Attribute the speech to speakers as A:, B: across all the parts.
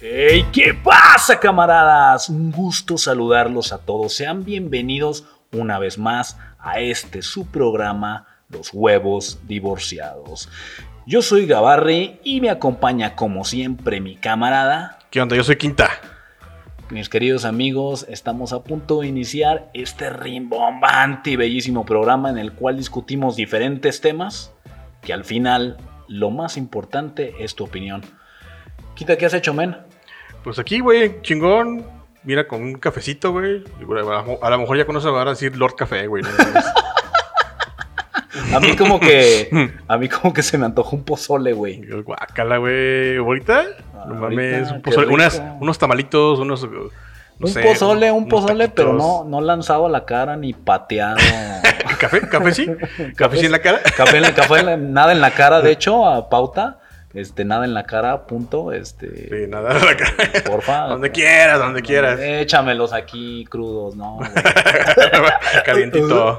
A: ¡Hey! ¿Qué pasa, camaradas? Un gusto saludarlos a todos. Sean bienvenidos una vez más a este su programa, Los Huevos Divorciados. Yo soy Gabarre y me acompaña, como siempre, mi camarada.
B: ¿Qué onda? Yo soy Quinta.
A: Mis queridos amigos, estamos a punto de iniciar este rimbombante y bellísimo programa en el cual discutimos diferentes temas que al final lo más importante es tu opinión. Quita, ¿qué has hecho, men?
B: Pues aquí, güey, chingón. Mira, con un cafecito, güey. Y, güey, A lo- a lo mejor ya conoce van a decir Lord Café, güey. ¿no?
A: A mí como que a mí como que se me antojó un pozole, güey.
B: Yo, Guácala, güey. ¿Ahorita?
A: Ah,
B: No
A: ahorita,
B: mames. Un
A: qué
B: pozole,
A: rico.
B: unas- unos tamalitos, unos. No
A: Un
B: sé,
A: pozole, un
B: unos
A: pozole,
B: taquitos.
A: pero no no lanzado a la cara ni pateado.
B: ¿Café? ¿Café sí? ¿Café sí en la cara?
A: Café, en la- café en la- nada en la cara, de hecho, a pauta, este nada en la cara, punto, este
B: Sí, nada en la cara.
A: porfa.
B: Donde quieras, donde quieras.
A: Échamelos aquí crudos, no. güey.
B: Calientito.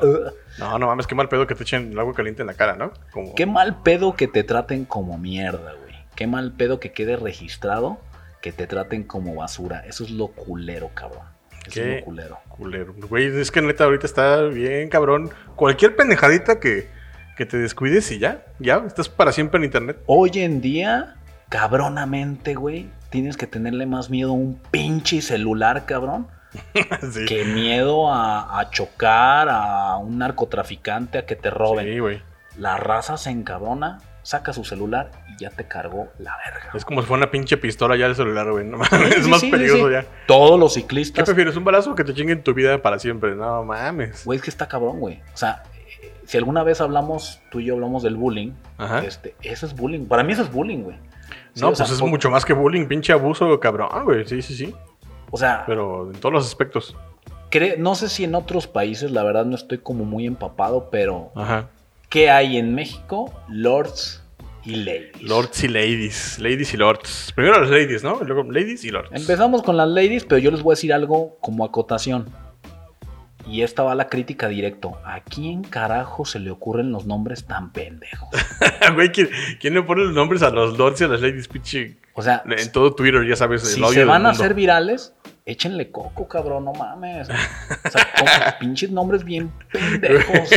B: No, no mames, qué mal pedo que te echen el agua caliente en la cara, ¿no? Como...
A: Qué mal pedo que te traten como mierda, güey. Qué mal pedo que quede registrado que te traten como basura. Eso es lo culero, cabrón. Eso
B: ¿Qué?
A: es lo culero.
B: Culero. Güey, es que neta ahorita está bien cabrón. Cualquier pendejadita que, que te descuides y ya, ya, estás para siempre en internet.
A: Hoy en día, cabronamente, güey, tienes que tenerle más miedo a un pinche celular, cabrón,
B: sí.
A: que miedo a, a chocar a un narcotraficante, a que te roben.
B: Sí, güey.
A: La raza se encabrona, saca su celular y ya te cargó la verga.
B: Es como si fuera una pinche pistola ya el celular, güey. No mames, es
A: Sí,
B: más
A: sí, sí,
B: peligroso
A: sí.
B: ya.
A: Todos los
B: ¿Qué
A: ciclistas
B: prefieres? ¿Un balazo o que te chinguen tu vida para siempre? No mames.
A: Güey, es que está cabrón, güey. O sea, eh, si alguna vez hablamos, tú y yo hablamos del bullying,
B: Ajá.
A: este, eso es bullying. Para mí eso es bullying, güey. Sí,
B: no,
A: o
B: pues
A: sea,
B: es
A: po-
B: mucho más que bullying, pinche abuso, cabrón, güey. Sí, sí, sí.
A: O sea,
B: Pero en todos los aspectos.
A: cre- no sé si en otros países, la verdad no estoy como muy empapado, pero
B: Ajá.
A: ¿qué hay en México? Lords y ladies.
B: Lords y ladies. Ladies y lords. Primero las ladies, ¿no? Y Luego ladies y lords.
A: Empezamos con las ladies, pero yo les voy a decir algo como acotación. Y esta va la crítica directo. ¿A quién carajo se le ocurren los nombres tan pendejos?
B: Güey, ¿quién, quién le pone los nombres a los lords y a las ladies, pinche?
A: O sea,
B: En todo Twitter, ya sabes,
A: si
B: el odio
A: se
B: del
A: van a
B: mundo.
A: hacer virales, échenle coco, cabrón, no mames. O sea, como pinches nombres bien pendejos.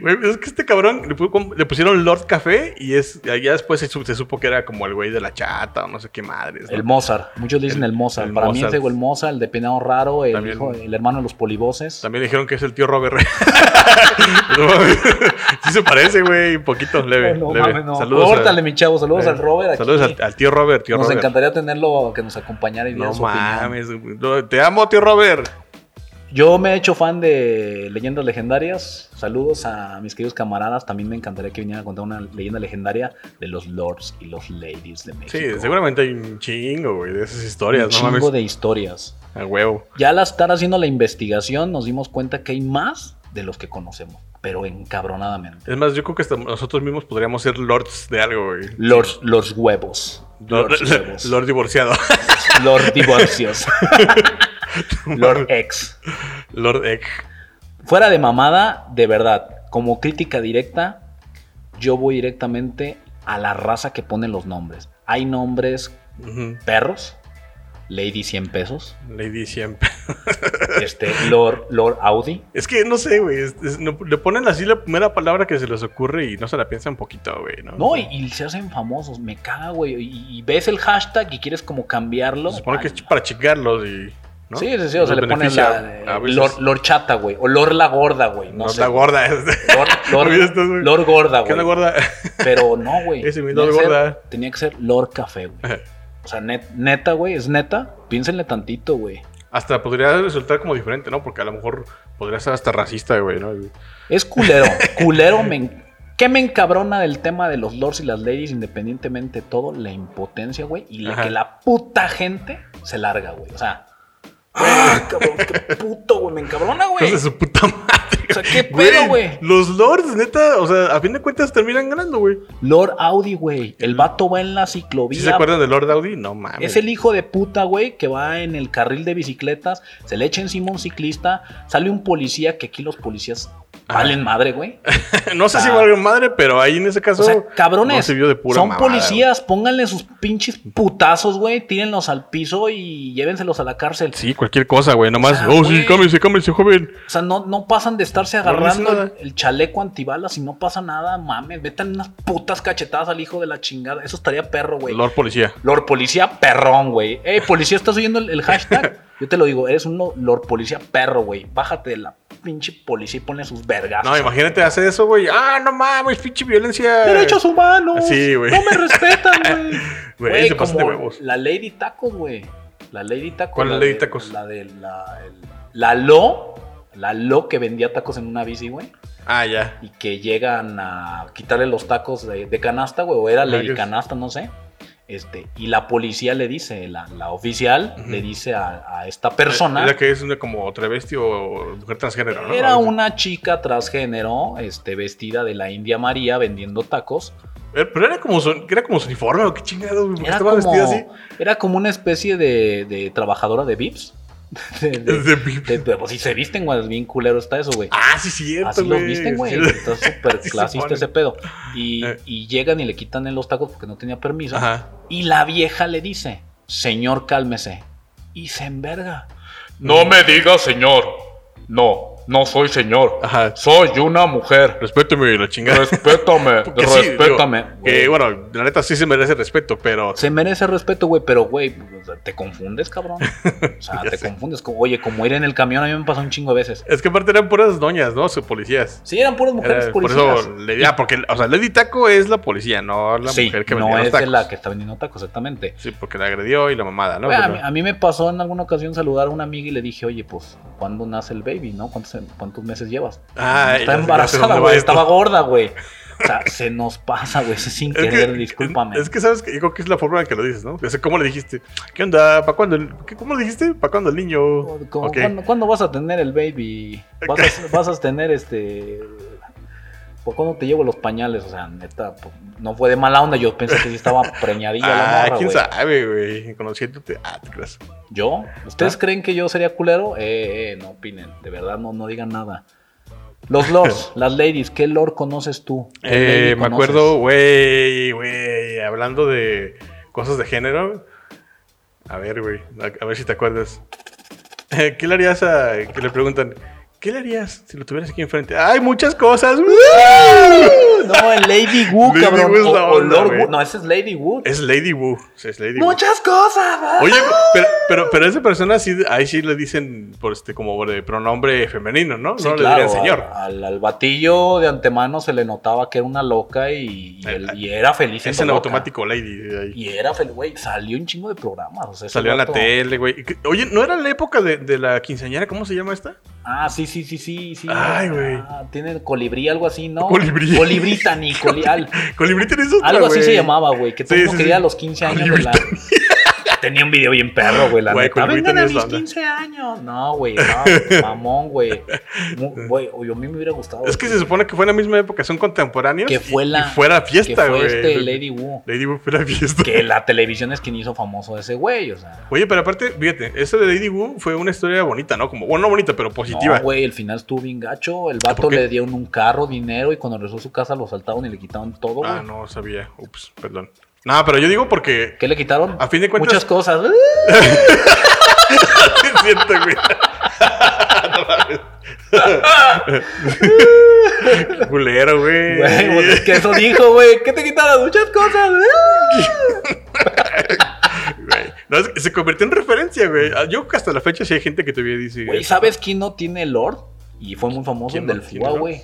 B: Güey, es que este cabrón le, pu- com- le pusieron Lord Café y es ya ya después se, su- se supo que era como el güey de la chata o no sé qué madres. ¿no?
A: El Mozart, muchos le dicen el,
B: El-
A: Mozart.
B: el
A: Para mí
B: Mozart.
A: es el Mozart, el de peinado raro, el,
B: También-
A: hijo- el hermano de los polivoces.
B: También dijeron que es el tío Robert. No mames. sí se parece, güey, un poquito leve.
A: No, no
B: leve.
A: mames, no.
B: Saludos, a-
A: Córtale, mi chavo. Saludos
B: leve.
A: al Robert. aquí.
B: Saludos al, al tío Robert, tío
A: Nos
B: Robert.
A: encantaría tenerlo que nos acompañara y diera
B: No
A: su opinión.
B: mames, güey. No, te amo, tío Robert.
A: Yo me he hecho fan de leyendas legendarias. Saludos a mis queridos camaradas. También me encantaría que vinieran a contar una leyenda legendaria de los lords y los ladies de México.
B: Sí, seguramente hay un chingo, güey, de esas historias,
A: un
B: no
A: chingo
B: mames.
A: de historias.
B: A huevo.
A: Ya al estar haciendo la investigación nos dimos cuenta que hay más de los que conocemos, pero encabronadamente.
B: Es más, yo creo que hasta nosotros mismos podríamos ser lords de algo, güey.
A: Los, los huevos. Los huevos.
B: Lord divorciado.
A: Los divorcios. Lord ex.
B: Lord Egg.
A: Fuera de mamada, de verdad, como crítica directa, yo voy directamente a la raza que pone los nombres. Hay nombres
B: Ujú.
A: perros, Lady 100 pesos,
B: Lady siempre.
A: este, Lord, Lord Audi.
B: Es que no sé, güey. es- es- no- le ponen así la primera palabra que se les ocurre y no se la piensan poquito, güey. No,
A: No, y, y se hacen famosos, me caga, güey. Y, y ves el hashtag y quieres como cambiarlo.
B: Se supone que es
A: Ay,
B: para chingarlos y. ¿no?
A: Sí, sí, sí, o sea,
B: Los
A: le pones
B: beneficia
A: la eh,
B: a veces.
A: Lord, Lord Chata, güey, o Lord La Gorda, güey, no
B: Lord
A: sé.
B: la gorda.
A: Lord, Lord-
B: ¿Lo viste, güey?
A: Lord Gorda,
B: ¿Qué onda,
A: güey.
B: gorda?
A: Pero no, güey.
B: Ese mi
A: tenía
B: Lord
A: que ser-
B: Gorda.
A: Tenía que ser Lord Café, güey. O sea, net- neta, güey, es neta. Piénsenle tantito, güey.
B: hasta podría resultar como diferente, ¿no? Porque a lo mejor podría ser hasta racista, güey, ¿no?
A: Es culero, culero. Me en- ¿Qué me encabrona del tema de los lords y las ladies, independientemente de todo? La impotencia, güey. Y la
B: Ajá.
A: que la puta gente se larga, güey. O sea, ¡ah, cabrón! ¡Qué puto, güey! Me encabrona, güey.
B: Entonces su puta madre.
A: O sea, ¿qué pedo, güey?
B: Los lords, neta, o sea, a fin de cuentas terminan ganando, güey.
A: Lord Audi, güey. El vato va en la ciclovía.
B: ¿Sí se acuerdan de Lord Audi? No mames.
A: Es el hijo de puta, güey, que va en el carril de bicicletas, se le echa encima un ciclista, sale un policía, que aquí los policías
B: Ah.
A: Valen madre, güey.
B: no sé
A: Ah.
B: si valió madre, pero ahí en ese caso.
A: O sea, cabrones,
B: no sirvió de pura
A: son
B: mamada,
A: policías, pónganle sus pinches putazos, güey, tírenlos al piso y llévenselos a la cárcel.
B: güey. Sí, cualquier cosa, güey. Nomás.
A: O sea,
B: oh,
A: güey.
B: sí, cámbiese, cámbiese, joven.
A: O sea, no, no pasan de estarse
B: No le dicen
A: agarrando
B: nada.
A: el, el chaleco antibalas y no pasa nada, mames. Metan unas putas cachetadas al hijo de la chingada. Eso estaría perro, güey. Lord.
B: Lord Policía.
A: Policía Perrón, güey. Ey, policía, ¿estás oyendo el, el hashtag? Yo te lo digo, eres un lo- Lord Policía Perro, güey. Bájate de la pinche policía y ponle sus vergas.
B: No, imagínate, hace eso, güey. Ah, no mames, pinche violencia.
A: Derechos humanos.
B: Sí, güey.
A: No me respetan, güey.
B: Güey, se pasan de huevos.
A: La Lady Tacos, güey. La Lady Tacos.
B: ¿Cuál
A: la
B: Lady
A: de-
B: Tacos?
A: La de la. el- la Lo. La Lo que vendía tacos en una bici, güey.
B: Ah, ya.
A: Y que llegan a quitarle los tacos de, de canasta, güey. O era Lady
B: Vergas.
A: Canasta, no sé. Este, y la policía le dice, la, la oficial
B: Ujú.
A: le dice a, a esta persona.
B: Era que es una como travesti o mujer transgénero, ¿no?
A: Era una chica transgénero, este, vestida de la India María vendiendo tacos.
B: Eh, Pero era como su, era como su uniforme, ¿o qué chingado, güey. ¿Por qué
A: Era
B: Pues Estaba
A: como,
B: vestida así.
A: era como una especie de, de trabajadora de VIPs. De- de-
B: Es de pip.
A: de- de- pues, si se visten, güey, es bien culero está eso, güey.
B: Ah, sí, cierto,
A: Así los visten, güey. Está súper
B: Así se
A: clasista
B: ponen.
A: ese pedo. Y,
B: Eh.
A: y llegan y le quitan en los tacos porque no tenía permiso.
B: Ajá.
A: Y la vieja le dice, señor, cálmese. Y se enverga.
C: No me diga señor. No, no soy señor.
B: Ajá.
C: Soy una mujer.
B: Respéteme la chingada.
C: Respétame,
B: Que sí, digo,
C: respétame.
B: que bueno, la neta sí se merece respeto, pero.
A: Se merece respeto, güey, pero, güey, o sea, te confundes, cabrón. O sea,
B: Ya
A: te
B: sé.
A: confundes. Como- Oye, como ir en el camión, a mí me pasó un chingo de veces.
B: Es que aparte eran puras doñas, ¿no? Sus policías.
A: Sí, eran puras mujeres
B: Era- por
A: policías.
B: eso le di- ah, porque, o sea, Lady Taco es la policía, no la
A: sí,
B: mujer que
A: no
B: vendía los
A: es de
B: tacos.
A: la que está vendiendo tacos, exactamente.
B: Sí, porque la agredió y la mamada, ¿no?
A: Güey, a,
B: Pero-
A: mí, a mí me pasó en alguna ocasión saludar a una amiga y le dije, oye, pues, ¿cuándo nace el baby, no? ¿Cuántos, cuántos meses llevas?
B: Ah,
A: está
B: ya sé- ya sé
A: embarazada,
B: dónde va
A: güey,
B: esto.
A: estaba gorda, güey. O sea, se nos pasa, güey, ese sin
B: Es
A: querer,
B: que-
A: discúlpame.
B: Es que sabes que digo que es la forma en que lo dices, ¿no? O sea, ¿cómo le dijiste? ¿Qué onda? ¿Para cuándo? el- qué- ¿Cómo le dijiste? ¿Para cuándo el niño?
A: Como,
B: Ok.
A: ¿cuándo, cuándo vas a tener el baby? ¿Vas a, vas a tener este... ¿Por cuándo te llevo los pañales? O sea, neta, pues, no fue de mala onda. Yo pensé que sí estaba preñadilla
B: Ah,
A: la morra,
B: quién
A: güey.
B: sabe, güey. Conociéndote. Ah, te creas.
A: ¿Yo?
B: Ah.
A: ¿Ustedes creen que yo sería culero? Eh, eh, no opinen. De verdad, no, no digan nada. Los lords, las ladies, ¿qué lord conoces tú? ¿Qué
B: Eh,
A: lady
B: me
A: conoces?
B: acuerdo, güey, güey, hablando de cosas de género. A ver, güey, a, a ver si te acuerdas. Eh, ¿Qué le harías a... que le preguntan, ¿qué le harías si lo tuvieras aquí enfrente? ¡Ay, muchas cosas! ¡Woo!
A: No, el Lady Wu,
B: Lady
A: cabrón.
B: Wu es
A: o-
B: la
A: o
B: onda,
A: Lord
B: güey.
A: Wu. No, ese es Lady Wu.
B: Es Lady Wu. sí, es Lady Wu.
A: Muchas cosas. ¿verdad?
B: Oye, pero, pero, pero a esa persona sí, ahí sí le dicen por este, como de pronombre femenino, ¿no?
A: Sí,
B: no
A: claro,
B: le dirían señor.
A: a- Al, al batillo de antemano se le notaba que era una loca y, y él- y era feliz.
B: Eh, es
A: siendo
B: en
A: loca.
B: automático, Lady. de ahí.
A: Y era feliz, güey. Salió un chingo de programas. O sea, ese
B: Salió en la
A: vato-
B: tele, güey. Y que- Oye, ¿no era la época de, de la quinceañera? ¿Cómo se llama esta?
A: Ah, sí, sí, sí, sí. sí
B: Ay,
A: Ah,
B: güey.
A: tiene colibrí, algo así, ¿no?
B: Colibrí.
A: Colibrí ni colial.
B: Colibrí tenés otra,
A: Algo así
B: güey.
A: se llamaba, güey. Que todo
B: Sí,
A: el mundo
B: sí,
A: quería
B: sí.
A: a los 15 años.
B: Colibrí
A: la- Tenía un video bien perro, güey. La
B: Güey,
A: neta.
B: Colibrí
A: Vengan a
B: tenía
A: mis
B: esa onda.
A: 15 años. No, güey. No, mamón, güey. Mu- Güey, oye, a mí me hubiera gustado.
B: Es que se supone que fue en la misma época, son contemporáneos.
A: Que fue
B: y-
A: la-
B: Y fue la fiesta,
A: que fue
B: güey.
A: este Lady Wu.
B: Lady Wu fue la fiesta.
A: Que la televisión es quien hizo famoso a ese güey, o sea.
B: Oye, pero aparte, fíjate, eso de Lady Wu fue una historia bonita, ¿no? Como, bueno, no bonita, pero positiva.
A: No, güey, el final estuvo bien gacho. El vato
B: ¿Por qué?
A: le dieron un carro, dinero, y cuando regresó a su casa lo saltaron y le quitaron todo, güey.
B: ah, no sabía. Ups, perdón. No, pero yo digo porque.
A: ¿Qué le quitaron?
B: A fin de cuentas- Eh.
A: Muchas cosas.
B: Es cierto, güey. Qué Culero, güey.
A: Güey, pues es que eso dijo, güey. ¿Qué te quitaron? Muchas cosas.
B: Güey. No, es que se convirtió en referencia, güey. Ah, Yo creo que hasta la fecha sí hay gente que todavía dice.
A: Güey, ¿sabes quién no tiene Lord? Y fue muy famoso
B: ¿Quién
A: el
B: no
A: del
B: tiene
A: FUA,
B: Lord?
A: güey.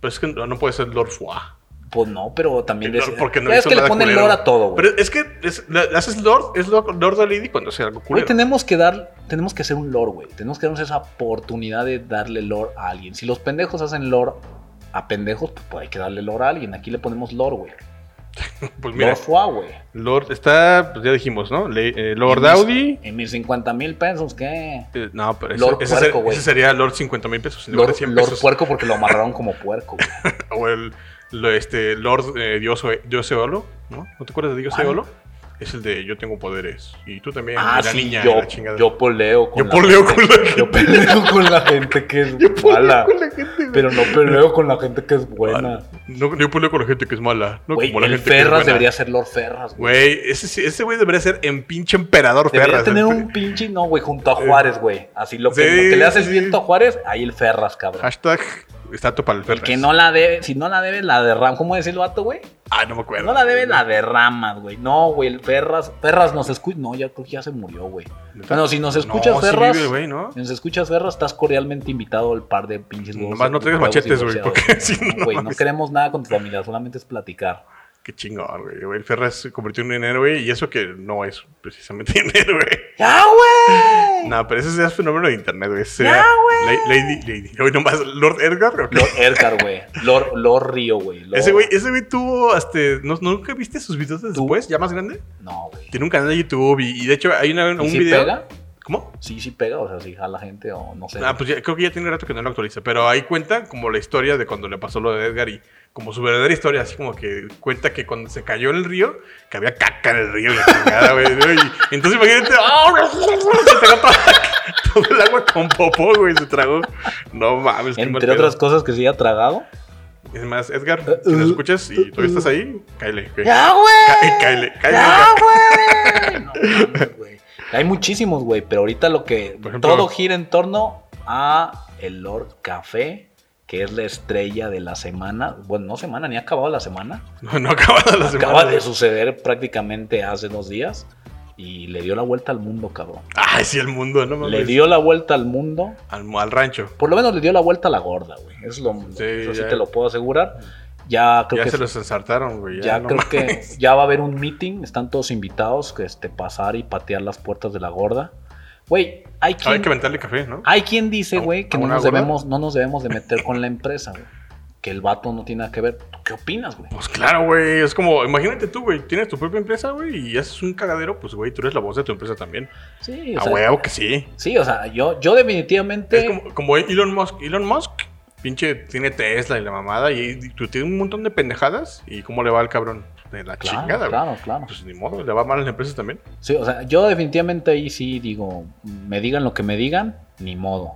B: Pero es que no, no puede ser Lord Fua.
A: Pues no, pero también
B: Lord,
A: decía-
B: porque no
A: Ya es
B: hizo
A: que le
B: nada
A: ponen
B: culero.
A: Lord a todo, güey.
B: Pero es que es- le- le haces Lord, es Lord, Lord o Lady cuando sea algo
A: Güey,
B: culero.
A: tenemos que dar, tenemos que ser un lore, güey. Tenemos que darnos esa oportunidad de darle lore a alguien. Si los pendejos hacen lore a pendejos, pues, pues, hay que darle lore a alguien. Aquí le ponemos lore, güey.
B: Pues mira,
A: Lore fue, güey.
B: Lord está, pues ya dijimos, ¿no? Le- eh, Lord
A: En mis-
B: Audi.
A: En mis 50 mil pesos, ¿qué?
B: eh, no, pero ese,
A: Lord
B: ese
A: puerco,
B: ser-
A: güey.
B: ese sería Lord 50 mil pesos. en lugar de
A: Lord,
B: 100
A: Lord
B: pesos.
A: puerco porque lo amarraron como puerco, güey.
B: O el lo- este, Lord eh, Dios, Oe- Dios Eolo, ¿no? ¿No te acuerdas de Dios
A: ¿Cuál?
B: Eolo? es el de yo tengo poderes. Y tú también,
A: Ah,
B: y la
A: sí,
B: niña, y
A: yo,
B: la chingada.
A: yo poleo con
B: Yo poleo
A: gente-
B: con la
A: Yo poleo con la gente que es
B: Yo poleo
A: mala.
B: con la gente, güey.
A: Pero no poleo con la gente que es buena.
B: No, yo poleo con la gente que es mala. No
A: Güey,
B: como la
A: el
B: gente que es
A: Ferras
B: buena.
A: debería ser Lord Ferras, güey.
B: Güey, ese sí- ese güey debería ser en pinche emperador
A: Debería
B: Ferras.
A: tener
B: este.
A: un pinche, no, güey, junto a Juárez, güey. Así lo que,
B: Sí,
A: lo que le haces
B: sí. Ah,
A: viento a Juárez, ahí el Ferras, cabrón.
B: Hashtag estatua para el
A: El
B: Ferras.
A: que no la debe, si no la debe, la derrama. ¿Cómo decía el vato, güey?
B: Ah, no me acuerdo.
A: No la debe, la derramas, güey. No, güey, el Ferras. Ferras nos escucha. No, ya creo que ya se murió, güey. Bueno, si nos escuchas,
B: no, sí
A: Ferras.
B: vive el güey, ¿no?
A: Si nos escuchas, Ferras, estás cordialmente invitado al par de pinches huevos
B: Nomás no traigas
A: huevos
B: machetes, güey,
A: divorciados.
B: porque si no,
A: No, güey, no
B: mames.
A: queremos nada con tu familia, solamente es platicar.
B: Qué chingón, güey. güey. El Ferras se convirtió en un héroe y eso que no es precisamente un héroe.
A: ¡Ya, güey!
B: No, pero ese ya es fenómeno de internet, güey. Ese
A: Ya,
B: era
A: güey.
B: la- Lady, Lady. Hoy nomás Lord Edgar. ¿o qué?
A: Lord Edgar, güey. Lord, Lord Río, güey. Lord-
B: Ese güey, ese güey tuvo, hasta, ¿no- ¿nunca viste sus videos de después? ¿Ya más grande?
A: No, güey.
B: Tiene un canal de YouTube y, y de hecho hay una-
A: ¿Y
B: un
A: sí
B: video.
A: pega?
B: ¿Cómo?
A: Sí, sí pega, o sea, sí jala gente o no sé.
B: Ah, pues ya- creo que ya tiene rato que no lo actualiza, pero ahí cuenta como la historia de cuando le pasó lo de Edgar y como su verdadera historia, así como que cuenta que cuando se cayó en el río, que había caca en el río, y la chingada, güey. ¿no? Y entonces imagínate, ¡ah! se tragó toda la- todo el agua con popó, güey, se tragó. No mames, qué mal
A: Entre
B: pedo.
A: otras cosas que se haya tragado.
B: Es más, Edgar, si nos escuchas y todavía estás ahí, cáele, güey.
A: ¡Ya, güey!
B: Cá- cáele, cáele.
A: ¡Ya, güey! No mames, güey. Hay muchísimos, güey, pero ahorita lo que
B: Por ejemplo-
A: todo gira en torno a el Lord Café, que es la estrella de la semana. Bueno, no semana, ni ha acabado la semana.
B: No, no acabado la semana.
A: Acaba de suceder prácticamente hace dos días y le dio la vuelta al mundo, cabrón.
B: Ay, sí, el mundo, no pues. mames.
A: Le dio la vuelta al mundo.
B: Al, al rancho.
A: Por lo menos le dio la vuelta a la gorda, güey. Eso, lo,
B: Sí,
A: eso sí
B: ya.
A: te lo puedo asegurar. Ya creo
B: ya
A: que
B: se los ensartaron, güey.
A: Ya
B: no
A: creo
B: mames.
A: que ya va a haber un meeting, están todos invitados, que este, pasar y patear las puertas de la gorda. Güey, hay
B: Ahora hay
A: quien,
B: que aventarle café, ¿no?
A: hay quien dice,
B: ¿A un-
A: güey, que
B: a
A: no
B: una
A: nos,
B: gorda?
A: debemos, no nos debemos de meter con la empresa, güey. Que el vato no tiene nada que ver. ¿Tú qué opinas, güey?
B: Pues claro, güey. Es como, imagínate tú, güey. Tienes tu propia empresa, güey, y haces un cagadero, pues, güey, tú eres la voz de tu empresa también.
A: Sí, o
B: A
A: sea,
B: huevo que sí.
A: sí, o sea, yo, yo definitivamente...
B: Es como, como Elon Musk. Elon Musk, pinche, tiene Tesla y la mamada, y, y tú tienes un montón de pendejadas, y cómo le va al cabrón de la
A: Claro,
B: chingada, güey.
A: claro, claro.
B: Pues ni modo, le va mal a las empresas también.
A: Sí, o sea, yo definitivamente ahí sí digo, me digan lo que me digan, ni modo.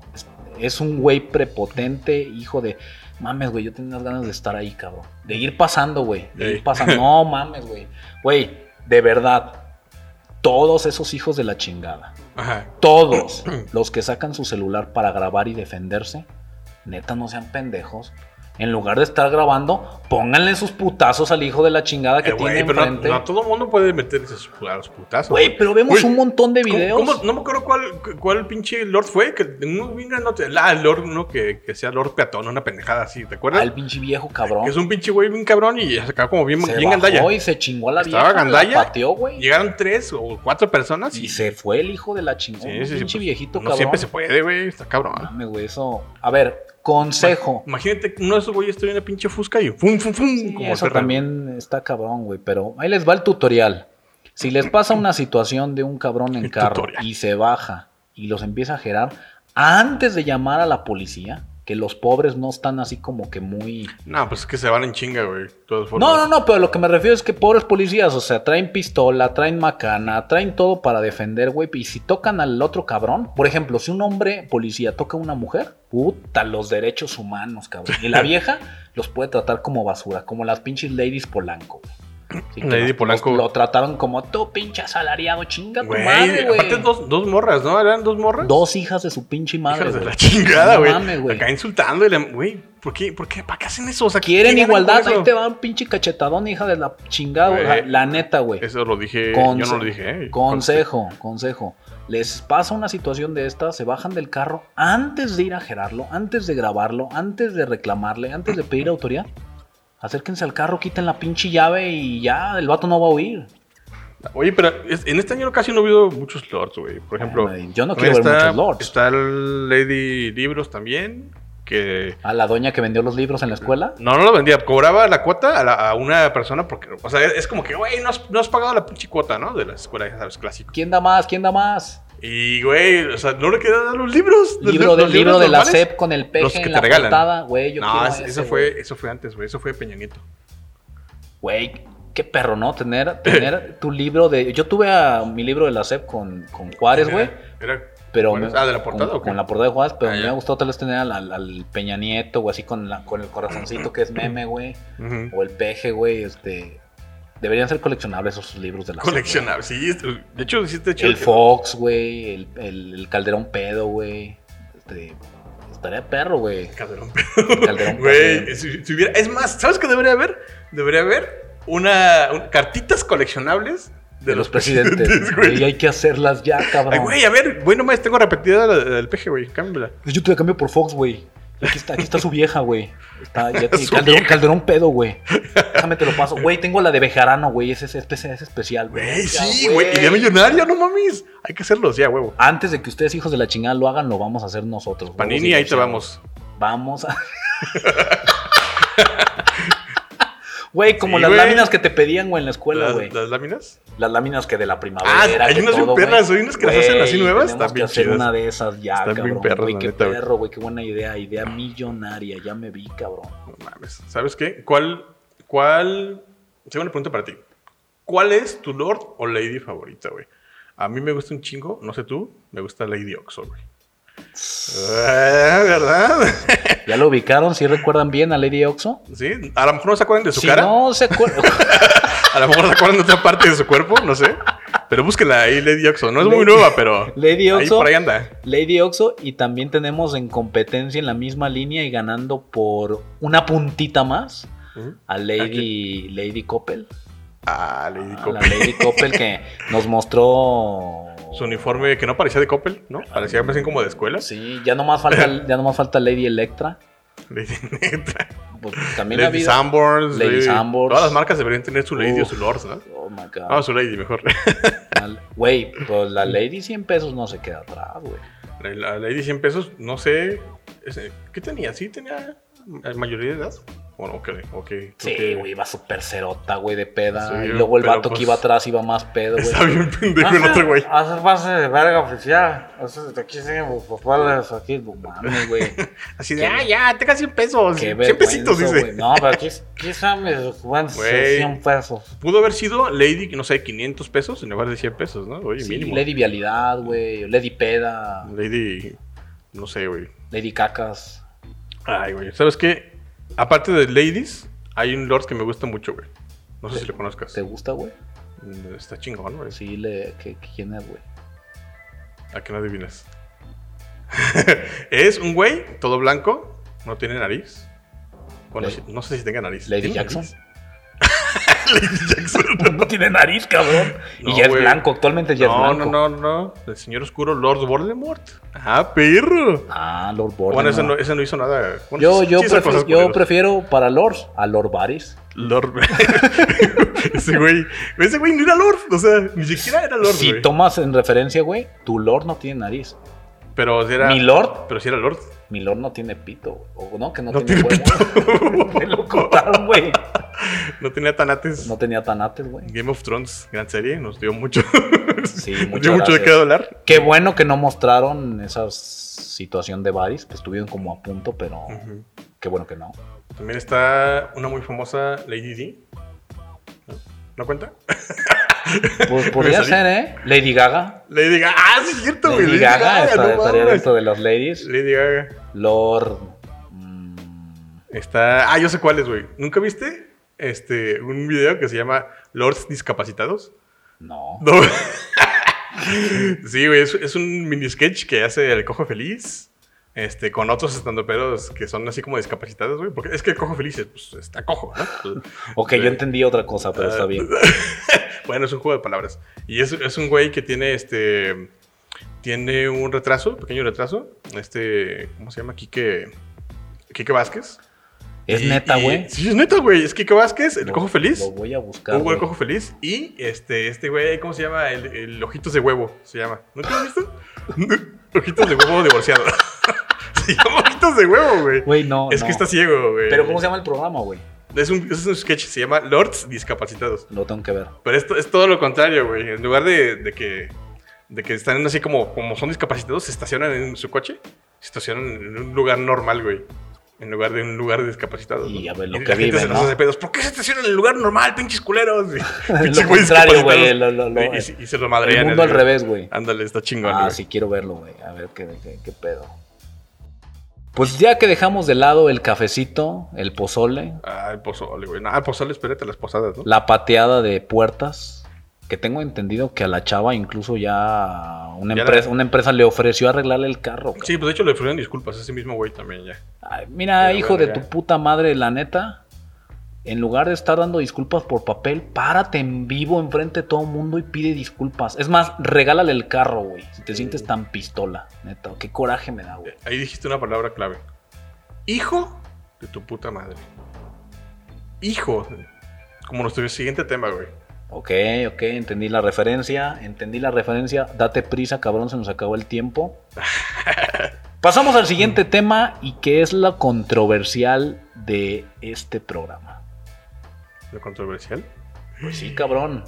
A: Es un güey prepotente, hijo de, mames, güey, yo tenía unas ganas de estar ahí, cabrón. De ir pasando, güey. De
B: Ey.
A: ir pasando. No mames, güey. Güey, de verdad, todos esos hijos de la chingada,
B: Ajá.
A: todos los que sacan su celular para grabar y defenderse, neta, no sean pendejos. En lugar de estar grabando, pónganle sus putazos al hijo de la chingada que
B: Eh,
A: tiene
B: güey, pero no,
A: enfrente.
B: no todo mundo puede meterse a sus- a los putazos.
A: Güey, pero vemos
B: Güey,
A: un montón de
B: ¿Cómo-
A: videos.
B: cómo? No me acuerdo cuál, cuál pinche Lord fue. Que uno bien grandote. Ah, el Lord, uno que, que sea Lord peatón, una pendejada así, ¿te acuerdas?
A: al pinche viejo cabrón.
B: Que es un pinche güey bien cabrón y se acabó como bien,
A: se
B: bien
A: bajó
B: gandalla.
A: y se chingó a la
B: Estaba
A: vieja,
B: gandalla,
A: la pateó, güey.
B: Llegaron tres o cuatro personas y,
A: Y se fue el hijo de la chingada.
B: Sí,
A: un
B: sí, sí,
A: pinche
B: pues,
A: viejito
B: uno
A: cabrón.
B: siempre se puede, güey. Está cabrón.
A: Mames, güey, eso. A ver, consejo.
B: Imagínate que uno de esos güeyes trae una pinche fusca y fum, fum, fum.
A: Sí,
B: como
A: eso
B: perra.
A: también está cabrón, güey. Pero ahí les va el tutorial. Si les pasa una situación de un cabrón en
B: El
A: carro
B: tutorial.
A: y se baja y los empieza a gerar, antes de llamar a la policía, que los pobres no están así como que muy.
B: No, pues es que se van en chinga, güey. de todas formas.
A: No, no, no, pero lo que me refiero es que pobres policías, o sea, traen pistola, traen macana, traen todo para defender, güey. Y si tocan al otro cabrón, por ejemplo, si un hombre policía toca a una mujer, puta, los derechos humanos, cabrón. Y la vieja los puede tratar como basura, como las pinches ladies Polanco, güey. Así que
B: Lady
A: los-
B: Polanco.
A: los- Lo, trataron como tú, pinche asalariado, chinga tu madre,
B: Güey,
A: güey.
B: aparte dos, dos morras, ¿no? ¿Eran dos morras?
A: Dos hijas de su pinche madre.
B: Hijas de
A: güey.
B: la chingada,
A: No
B: güey.
A: mames, güey.
B: Acá insultando y la- güey, ¿por qué, por qué, para qué hacen eso? O sea, ¿qué
A: Quieren
B: ganan con
A: igualdad,
B: eso?
A: ahí te va un pinche cachetadón, hija de la chingada, güey.
B: Güey.
A: La neta, güey.
B: Eso lo dije, yo
A: Conse-
B: no lo dije, eh.
A: Consejo, consejo. Les pasa una situación de esta, se bajan del carro antes de ir a gerarlo, antes de grabarlo, antes de reclamarle, antes de pedir autoridad. Acérquense al carro, quiten la pinche llave y ya el vato no va a huir.
B: Oye, pero es- en este año casi no ha habido muchos lords, güey. Por ejemplo,
A: Ay, yo no quiero ver muchos lords.
B: Está el Lady Libros también, que
A: A la doña que vendió los libros en la escuela.
B: no, no lo vendía, cobraba la cuota a, la- a una persona porque, o sea, es, es como que, güey, no has, no has pagado la pinche cuota, ¿no? De la escuela, ya sabes, clásico.
A: ¿Quién da más? ¿Quién da más?
B: Y, güey, o sea, no le querían dar los libros.
A: Libro, de,
B: los libros
A: libro de la
B: normales.
A: SEP con el
B: los
A: peje
B: que
A: en
B: te
A: la
B: regalan.
A: portada. Güey, yo
B: No,
A: quiero
B: es-
A: ese,
B: eso,
A: güey.
B: fue, eso fue antes, güey, eso fue Peña Nieto.
A: Güey, Qué perro, ¿no? Tener, tener tu libro de. Yo tuve a mi libro de la SEP con, con Juárez, güey.
B: Era-
A: Pero
B: Juárez.
A: me-
B: Ah, ¿de la portada
A: con,
B: o qué?
A: con la portada de Juárez, pero
B: Ah,
A: me
B: ya.
A: ha gustado tal vez tener al, al- al Peña Nieto, o así con, la- con el corazoncito que es meme, güey.
B: Ujú.
A: O el peje, güey. Este. Deberían ser coleccionables esos libros de la SEP, güey.
B: Coleccionable. Sí, es- de hecho, sí está chido.
A: El
B: que-
A: Fox, güey. El, el- el Calderón Pedo, güey. Este, estaría perro, güey.
B: Calderón.
A: Calderón
B: Güey,
A: Pedo.
B: si- si hubiera- es más, ¿sabes qué debería haber? Debería haber una, un- cartitas coleccionables de,
A: De los presidentes. güey. Y hay que hacerlas ya, cabrón.
B: Ay, güey, a ver, güey, nomás tengo repetida la, la del peje, güey, cámbiala.
A: Yo te la cambio por Fox, güey. Aquí está, aquí está su vieja, güey. Está, ya te-
B: Su
A: Calderón,
B: vieja.
A: Calderón pedo, güey. Déjame te lo paso. Güey, tengo la de Bejarano, güey. Ese, es- este es especial, güey.
B: Güey,
A: Ya,
B: sí, güey, idea millonaria, no mames. Hay que hacerlos ya, huevo.
A: Antes de que ustedes, hijos de la chingada, lo hagan, lo vamos a hacer nosotros. güey.
B: Panini, ahí te vamos.
A: Vamos a. Güey, como
B: Sí,
A: las
B: güey.
A: láminas que te pedían, güey, en la escuela,
B: ¿Las,
A: güey.
B: las láminas?
A: Las láminas que de la primavera.
B: Ah, hay
A: que
B: unas bien
A: todo,
B: perras,
A: güey.
B: hay unas que las hacen así
A: Güey,
B: nuevas,
A: Tenemos
B: están
A: que
B: bien
A: hacer
B: chidas.
A: una de esas ya,
B: Están bien
A: cabrón.
B: perras,
A: güey,
B: la
A: qué
B: neta, güey.
A: perro, güey, qué buena idea. Idea millonaria, ya me vi, cabrón.
B: No mames. ¿Sabes qué? ¿Cuál, cuál? Tengo una pregunta para ti. ¿Cuál es tu lord o lady favorita, güey? A mí me gusta un chingo, no sé tú, me gusta Lady Oxford, güey. Ah, ¿Verdad?
A: ¿Ya lo ubicaron? ¿Sí recuerdan bien a Lady Oxo?
B: Sí, a lo mejor no se acuerdan de su
A: Si
B: cara,
A: no se acuerdan.
B: a lo mejor se acuerdan de otra parte de su cuerpo, no sé. Pero búsquela ahí, Lady Oxford. No es muy
A: Lady-
B: nueva, pero
A: Lady
B: ahí
A: Oxo.
B: por ahí anda.
A: Lady Oxo y también tenemos en competencia en la misma línea y ganando por una puntita más a Lady, Lady Coppel.
B: Ah, Lady
A: A La
B: Coppel.
A: Lady Coppel que nos mostró...
B: Su uniforme que no parecía de Coppel, ¿no?
A: Ah,
B: Parecía más bien como de escuela.
A: Sí, ya nomás falta, ya nomás falta Lady Electra.
B: Lady Netra.
A: Pues, también ha
B: Lady
A: habido-
B: Sanborns.
A: Lady Sanborns.
B: Todas las marcas deberían tener su Lady o
A: Uf.
B: su Lord, ¿no?
A: Oh my god.
B: Ah, su Lady, mejor.
A: Al- Güey, pues la Lady 100 pesos no se queda atrás, güey.
B: La- La Lady 100 pesos, no sé. ese- ¿Qué tenía? ¿Sí tenía eh, mayoría de edad? Bueno, ok, ok.
A: Sí,
B: ok.
A: güey, iba súper cerota, güey, de peda.
B: Sí,
A: y luego el
B: pero
A: vato que
B: pues-
A: iba atrás iba más pedo, güey.
B: Está bien pendejo el otro güey.
A: Haces pase de verga oficial. Haces de aquí, sí, papeles aquí. No mames, güey.
B: Así
A: Qué-
B: de, ah, ya, tenga 100 pesos.
A: Qué
B: 100
A: vergüenza,
B: pesitos,
A: güey.
B: dice.
A: No, pero aquí, aquí sabes, Juan,
B: Güey.
A: 100 pesos.
B: Pudo haber sido Lady, no sé, 500 pesos en lugar de 100 pesos, ¿no? Oye,
A: Sí,
B: mínimo. Lady...
A: Lady Vialidad, güey. Lady Peda.
B: no sé, güey.
A: Lady Cacas.
B: Ay, güey. ¿Sabes qué? Aparte de Ladies, hay un Lord que me gusta mucho, güey. No sé si lo conozcas.
A: ¿Te gusta, güey? Pues
B: Mm, Está chingón, güey.
A: Sí, le, que, que- ¿quién es, güey?
B: ¿A qué no adivinas? es un güey, todo blanco, no tiene nariz. Bueno,
A: Lady-
B: sí, no sé si tenga nariz.
A: Lady
B: ¿Tiene
A: Jackson.
B: nariz? Lady Jackson.
A: No tiene nariz, cabrón. Y
B: No,
A: ya es
B: güey.
A: blanco. Actualmente ya es
B: No,
A: blanco.
B: no, no, no. El señor oscuro, Lord Voldemort. Ah, perro.
A: Ah, Lord Voldemort.
B: Bueno, ese no, ese no hizo nada. Bueno,
A: Yo,
B: sí-
A: yo,
B: sí hizo
A: prefiero,
B: cosas
A: yo
B: culeras.
A: prefiero para Lord a Lord Varys.
B: Lord. ese güey. Ese güey no era Lord. O sea, ni siquiera era Lord,
A: si
B: güey.
A: tomas en referencia, güey, tu Lord no tiene nariz.
B: Pero si era.
A: Mi Lord,
B: Pero si era Lord.
A: mi Lord no tiene pito. O no, que no,
B: No
A: tiene,
B: tiene
A: huevo. Me lo cortaron, güey.
B: No tenía tanates.
A: No tenía tanates, güey.
B: Game of Thrones, gran serie, nos dio mucho.
A: Sí,
B: nos
A: muchas
B: dio mucho de
A: gracias.
B: qué hablar.
A: Qué bueno que no mostraron esa situación de Varys, que estuvieron como a punto, pero
B: Ujú.
A: qué bueno que no.
B: También está una muy famosa Lady D. ¿No? ¿No cuenta?
A: Pues podría
B: salí.
A: ser, ¿eh? Lady Gaga.
B: Lady Gaga. Ah, sí, es cierto, güey.
A: Lady Gaga, está-
B: no
A: estaría
B: mames.
A: dentro de las ladies.
B: Lady Gaga.
A: Lord. mm,
B: Está. Ah, yo sé cuál es, güey. ¿Nunca viste? Este, un video que se llama Lords Discapacitados.
A: no.
B: No. sí, güey, es, es un mini sketch que hace el Cojo Feliz. Este, con otros estandoperos que son así como discapacitados, güey. Porque es que el cojo feliz es, pues, está cojo, ¿no? Pues,
A: Ok, yo entendí otra cosa, pero está bien.
B: bueno, es un juego de palabras. Y es, es un güey que tiene este. Tiene un retraso, pequeño retraso. Este. ¿Cómo se llama? Quique. Quique Vázquez.
A: Es
B: Y-
A: neta,
B: y-
A: güey.
B: Sí, es neta, güey. Es Quique Vázquez, el
A: Lo-
B: cojo feliz.
A: Lo voy a buscar.
B: Hugo
A: güey.
B: el cojo feliz. Y este, este güey, ¿cómo se llama? El, el ojitos de huevo se llama. ¿No te has visto? ojitos de huevo divorciado. se llama ojitos de huevo, güey.
A: Güey, no.
B: es
A: no.
B: que está ciego, güey.
A: Pero ¿cómo se llama el programa, güey?
B: Es un, es un sketch, se llama Lords Discapacitados.
A: Lo tengo que ver.
B: Pero esto es todo lo contrario, güey. En lugar de, de que de que están así como, como son discapacitados, se estacionan en su coche, se estacionan en un lugar normal, güey. en lugar de un lugar de discapacitados.
A: Y
B: ¿no?
A: a ver lo
B: la
A: que
B: gente
A: viven,
B: se
A: ¿no?
B: nos hace pedos. ¿Por qué se estacionan en el lugar normal, pinches culeros? Y,
A: Lo contrario, güey. lo- lo- lo-
B: y, y- y se lo
A: el
B: madrean.
A: mundo al
B: güey.
A: revés, güey.
B: Ándale, está chingón.
A: Ah,
B: güey.
A: sí, quiero verlo, güey. A ver qué, qué, qué pedo. Pues ya que dejamos de lado el cafecito, el pozole,
B: Ah, el pozole, güey. No, el pozole, espérate a las posadas, ¿no?
A: la pateada de puertas, que tengo entendido que a la chava incluso ya una,
B: Ya la-
A: empresa, una empresa le ofreció arreglarle el carro. cabrón.
B: Sí, pues de hecho le ofrecieron disculpas a ese mismo güey también ya.
A: Ay, mira,
B: Pero
A: hijo
B: bueno,
A: de
B: ya.
A: tu puta madre, la neta. En lugar de estar dando disculpas por papel, párate en vivo enfrente de todo el mundo y pide disculpas. Es más, regálale el carro, güey. Si te sientes tan pistola, neta. Qué coraje me da, güey.
B: Eh, Ahí dijiste una palabra clave. Hijo de tu puta madre. Hijo. Como nuestro siguiente tema, güey.
A: Ok, ok, entendí la referencia, entendí la referencia. Date prisa, cabrón, se nos acabó el tiempo. Pasamos al siguiente tema y que es la controversial de este programa.
B: Lo controversial.
A: Pues sí, cabrón.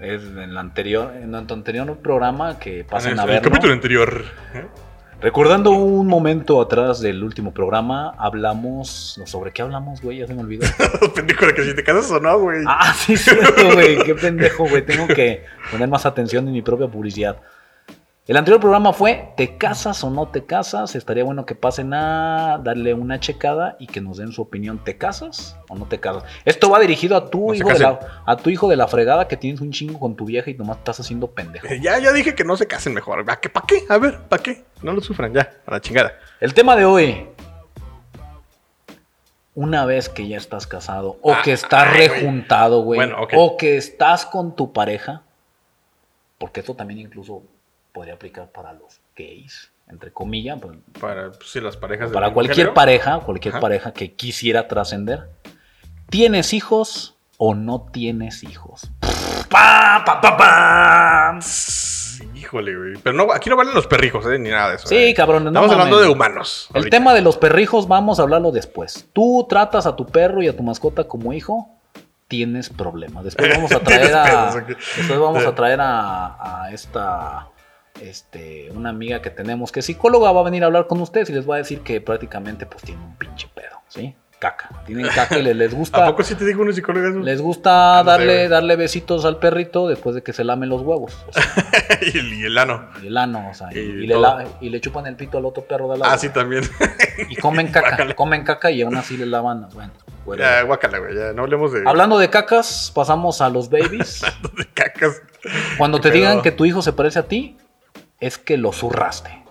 A: Es en el anterior, en el anterior programa que pasen
B: En
A: a
B: Ah, el,
A: ver.
B: el capítulo anterior. ¿eh?
A: Recordando un momento atrás del último programa, hablamos. no, ¿Sobre qué hablamos, güey? Ya se me olvidó.
B: Pendejo de que si te casas o no, güey.
A: Ah, sí, es cierto, güey. Qué pendejo, güey. Tengo que poner más atención en mi propia publicidad. El anterior programa fue ¿Te casas o no te casas? Estaría bueno que pasen a darle una checada y que nos den su opinión. ¿Te casas o no te casas? Esto va dirigido a tu,
B: No se
A: hijo, de la, a tu hijo de la fregada que tienes un chingo con tu vieja y nomás estás haciendo pendejo.
B: Eh, Ya, ya dije que no se casen mejor. ¿Para qué? ¿Para qué? A ver, ¿para qué? No lo sufran ya. A la chingada.
A: El tema de hoy. Una vez que ya estás casado o
B: Ah,
A: que estás
B: ay, güey.
A: rejuntado, güey,
B: Bueno, ok.
A: o que estás con tu pareja, porque esto también incluso podría aplicar para los gays, entre comillas, pues,
B: Para pues, si las parejas. del
A: para
B: mismo
A: cualquier
B: género.
A: pareja, cualquier
B: Ajá.
A: pareja que quisiera trascender. ¿Tienes hijos o no tienes hijos? Pa, pa, pa, pa.
B: Sí, Híjole, güey. Pero no, aquí no valen los perrijos, ¿eh? Ni nada de eso.
A: Sí,
B: eh.
A: cabrón. no
B: Estamos hablando
A: mames.
B: de humanos.
A: El
B: ahorita.
A: tema de los perrijos vamos a hablarlo después. Tú tratas a tu perro y a tu mascota como hijo, tienes problemas. Después vamos a traer
B: Tienes
A: a.
B: pedos, ok.
A: Después vamos a traer a, a esta. Este, una amiga que tenemos que es psicóloga va a venir a hablar con ustedes y les va a decir que prácticamente pues tiene un pinche pedo, ¿sí? Caca. Tienen caca y les, les
B: ¿A
A: gusta.
B: poco sí te dijo unos psicólogos?
A: Les gusta
B: Ah, no sé,
A: darle,
B: güey.
A: darle besitos al perrito después de que se lamen los huevos. o sea,
B: y, el, y el ano.
A: y el ano, o sea, y,
B: Y
A: y le,
B: todo.
A: la- y le chupan el pito al otro perro de al lado.
B: Ah, sí, también.
A: Y comen caca,
B: Guácala.
A: comen caca y aún así le lavan. Bueno, bueno.
B: ya, Ah, guácala, güey. Ya, no hablemos de,
A: Hablando de cacas, pasamos a los babies.
B: de cacas.
A: Cuando te
B: Pero-
A: digan que tu hijo se parece a ti, es que lo zurraste.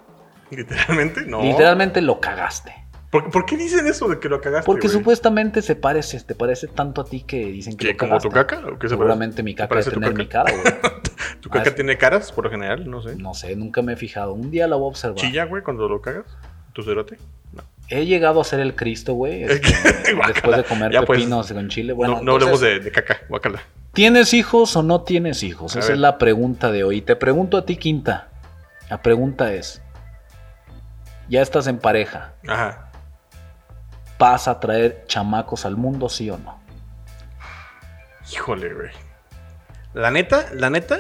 B: Literalmente, no.
A: Literalmente lo cagaste.
B: ¿Por, por qué dicen eso de que lo cagaste?
A: Porque
B: güey?
A: supuestamente se parece, te parece tanto a ti que dicen que
B: ¿Que
A: lo
B: como
A: cagaste.
B: tu caca? ¿O qué se
A: Seguramente
B: parece?
A: mi
B: ¿Te
A: caca
B: parece
A: debe
B: tu
A: tener
B: caca?
A: mi cara, güey.
B: ¿Tu
A: Ah,
B: caca
A: es-
B: tiene caras, por lo general? No sé.
A: No sé, nunca me he fijado. Un día la voy a observar.
B: ¿Chilla, güey, cuando lo cagas? ¿Tu cerote?
A: He llegado a ser el Cristo, güey.
B: Es
A: este,
B: que-
A: después de
B: guácala.
A: comer
B: Ya, pues,
A: pepinos con chile. Bueno,
B: no, no hablemos
A: entonces-
B: de, de caca, guácala.
A: ¿Tienes hijos o no tienes hijos?
B: A
A: Esa
B: ver.
A: es la pregunta de hoy. Te pregunto a ti, Quinta. La pregunta es, ya estás en pareja,
B: Ajá.
A: ¿vas a traer chamacos al mundo, sí o no?
B: Híjole, güey. La neta, la neta,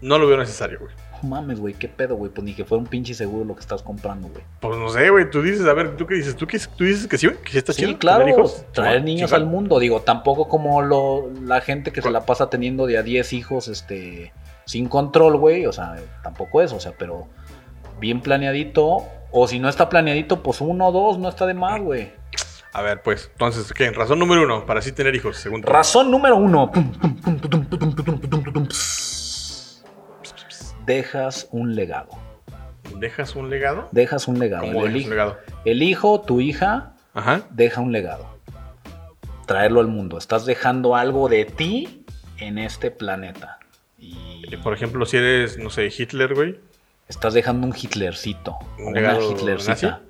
B: no lo veo necesario, güey.
A: No mames, güey, qué pedo, güey. Pues ni que fuera un pinche seguro lo que estás comprando, güey.
B: Pues no sé, güey. Tú dices, a ver, ¿tú qué dices? ¿Tú, qué, tú dices que sí, güey? ¿Que sí está
A: Sí,
B: chido?
A: claro,
B: ¿Tener hijos? Ah,
A: traer
B: Simón,
A: niños
B: chingón.
A: al mundo. Digo, tampoco como lo, la gente que se
B: Cu-
A: la pasa teniendo de a 10 hijos, este, sin control, güey. O sea, tampoco eso, o sea, pero bien planeadito. O si no está planeadito, pues uno o dos, no está de más, güey.
B: A ver, pues, entonces, ¿qué? Razón número uno para sí tener hijos, según tú.
A: Razón número uno. Dejas un legado.
B: ¿Dejas un legado?
A: Dejas un legado.
B: ¿Cómo
A: El,
B: dejas un
A: hijo-
B: legado?
A: el hijo, tu hija,
B: Ajá.
A: deja un legado. Traerlo al mundo. Estás dejando algo de ti en este planeta. Y
B: Eh, Por ejemplo, si eres, no sé, Hitler, güey.
A: estás dejando un Hitlercito.
B: Un
A: o una
B: legado
A: Hitlercita.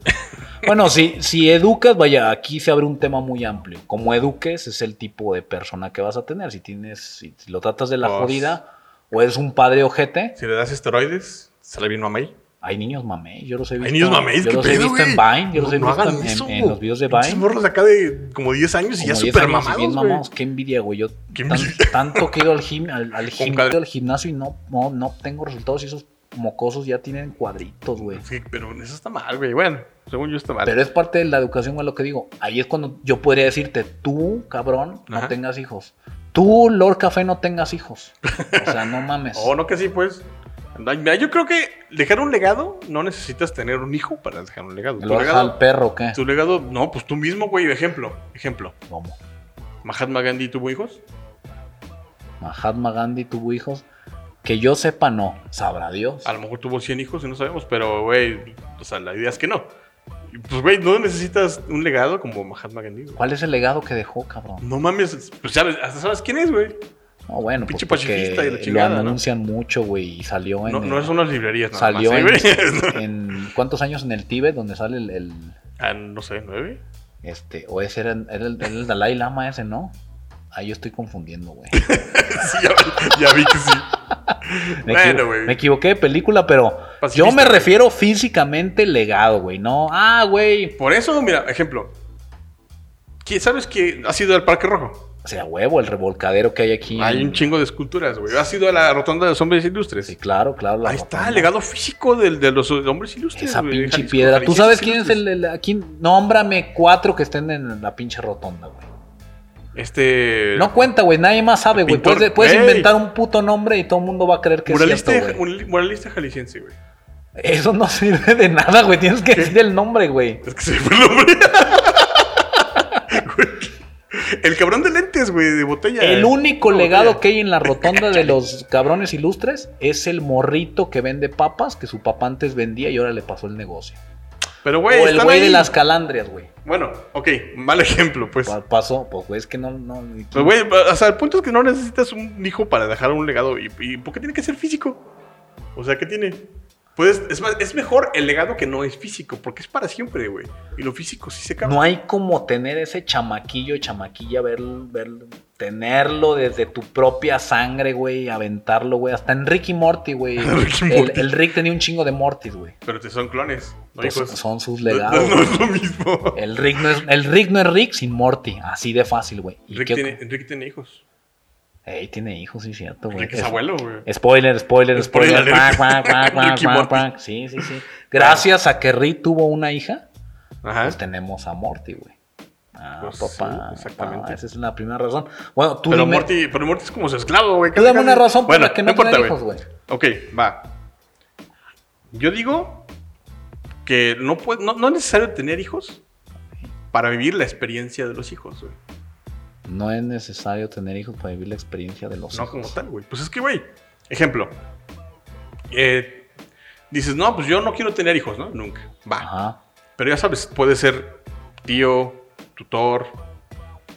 A: Bueno, si, si educas, vaya, aquí se abre un tema muy amplio. Como eduques es el tipo de persona que vas a tener. Si tienes, si lo tratas de la
B: Pues-
A: jodida, o eres un padre ojete,
B: Si le das esteroides, sale bien mamey.
A: Hay niños mamey, yo los he
B: Hay
A: visto.
B: niños mameis,
A: yo
B: ¿qué
A: los he
B: pedo,
A: visto
B: güey?
A: en Vine, yo los he
B: no
A: visto
B: hagan
A: en-
B: eso.
A: en, en los videos de
B: Pinches
A: Vine.
B: morros acá de como 10 años y ya
A: como 10
B: súper
A: años y
B: mamados,
A: bien
B: güey.
A: mamados, qué envidia, güey. Yo
B: Qué
A: tan-
B: envidia.
A: tanto que he ido al, gim- al, al
B: Con
A: gim-
B: cadera.
A: al gimnasio y no, no, no tengo resultados y esos mocosos ya tienen cuadritos, güey.
B: Sí, pero eso está mal, güey. Bueno, según yo está mal.
A: Pero es parte de la educación, güey, lo que digo. Ahí es cuando yo podría decirte, tú, cabrón, no
B: Ajá.
A: tengas hijos. Tú, Lord Café, no tengas hijos. O sea, no mames.
B: O no que sí, pues. No, mira, yo creo que dejar un legado no necesitas tener un hijo para dejar un legado.
A: ¿Me
B: Tu
A: lo vas al
B: legado,
A: perro o qué?
B: tu legado, no, pues tú mismo, güey. Ejemplo, ejemplo.
A: ¿Cómo?
B: Mahatma Gandhi tuvo hijos.
A: Mahatma Gandhi tuvo hijos. Que yo sepa, no. Sabrá Dios.
B: A lo mejor tuvo 100 hijos y no sabemos, pero, güey, o sea, la idea es que no. Y, Pues, güey, no necesitas un legado como Mahatma Gandhi. güey.
A: ¿Cuál es el legado que dejó, cabrón?
B: No mames, pues sabes, hasta sabes quién es, güey.
A: No, bueno, pues
B: Pinche
A: porque
B: pacifista y la chingada,
A: lo
B: ¿no?
A: anuncian mucho, güey, y salió en...
B: No,
A: el-
B: no es unas librerías, nada
A: salió
B: más, ¿eh, güey?
A: en, en- ¿Cuántos años en el Tíbet? Donde sale el... el-
B: Ah, no sé, nueve.
A: este, o ese era, era el, era el Dalai Lama ese, ¿no? Ahí yo estoy confundiendo, güey.
B: Sí, ya, ya vi que sí.
A: Me,
B: bueno,
A: equivo-
B: güey.
A: me equivoqué de película, pero
B: Pacifista,
A: yo me
B: güey.
A: refiero físicamente legado, güey. No, ah, güey.
B: Por eso, mira, ejemplo. ¿Qui- ¿Sabes que has ido al Parque Rojo?
A: O sea, huevo, el revolcadero que hay aquí.
B: Hay
A: en-
B: un chingo de esculturas, güey. Has ido a la Rotonda de los Hombres Ilustres.
A: Sí, claro, claro. la
B: Ahí está,
A: rotonda.
B: el legado físico del- de los Hombres Ilustres.
A: Esa
B: güey, de
A: pinche
B: Jalisco,
A: piedra. ¿Tú
B: jaliscienses
A: sabes quién es
B: ilustres.
A: el, el- aquí? Nómbrame cuatro que estén en la pinche rotonda, güey.
B: Este.
A: No cuenta, güey. Nadie más sabe, güey.
B: pintor,
A: Puedes, puedes
B: güey.
A: inventar un puto nombre y todo el mundo va a creer que
B: muralista,
A: es cierto, güey.
B: murali- muralista jalisciense, güey.
A: Eso no sirve de nada, güey. Tienes que decir el nombre, güey.
B: Es que se me fue el nombre. Güey. el cabrón de lentes, güey, de botella. eh.
A: El único
B: Una
A: legado
B: botella.
A: que hay en la rotonda de los cabrones ilustres es el morrito que vende papas, que su papá antes vendía y ahora le pasó el negocio.
B: Pero, güey,
A: o el
B: están
A: güey de
B: ahí.
A: las calandrias, güey.
B: Bueno, ok, mal ejemplo, pues.
A: Pa- Pasó, pues, güey, es que no. no
B: Pues, güey, o sea, el punto es que no necesitas un hijo para dejar un legado. ¿Y, y por qué tiene que ser físico? O sea, ¿qué tiene? Puedes, es, más, es mejor el legado que no es físico, porque es para siempre, güey. Y lo físico sí se acaba.
A: No hay como tener ese chamaquillo, chamaquilla, ver, ver, tenerlo desde tu propia sangre, güey, aventarlo, güey. Hasta en Ricky Morty, güey.
B: Rick y
A: el,
B: Morty.
A: el Rick tenía un chingo de Mortis, güey.
B: Pero te son clones, no
A: Pues,
B: hijos.
A: son Eh, sus
B: No-
A: legados.
B: No, no es lo mismo.
A: El, Rick no es, el Rick no es Rick sin Morty. Así de fácil, güey. Y
B: Rick
A: qué-
B: tiene, Enrique tiene hijos.
A: Ey, tiene hijos, sí, cierto, güey.
B: Rick es
A: Es-
B: abuelo, güey.
A: Spoiler, spoiler,
B: Spoiler
A: spoiler. cuac,
B: alert.
A: cuac, cuac, cuac,
B: Ricky
A: cuac,
B: Morty.
A: cuac. Sí, sí, sí. Gracias a que Rick tuvo una hija,
B: Ajá.
A: pues tenemos a Morty, güey. Ah,
B: Ah. Pues sí,
A: papá.
B: exactamente.
A: papá, esa es la primera razón. Bueno, tú
B: Pero
A: dime,
B: Morty, pero Morty es como su esclavo, güey.
A: tú
B: casi,
A: dame una
B: casi.
A: razón por
B: Bueno,
A: la que no,
B: importa,
A: tener
B: güey.
A: hijos, güey.
B: Ok, va. Yo digo que no, puede- no, no es necesario tener hijos para vivir la experiencia de los hijos, güey.
A: No es necesario tener hijos para vivir la experiencia de los
B: No
A: hijos.
B: como tal, güey. Pues es que, güey, ejemplo. eh, dices, no, pues yo no quiero tener hijos, ¿no? Nunca. Va.
A: Ajá.
B: Pero ya sabes, puede ser tío, tutor,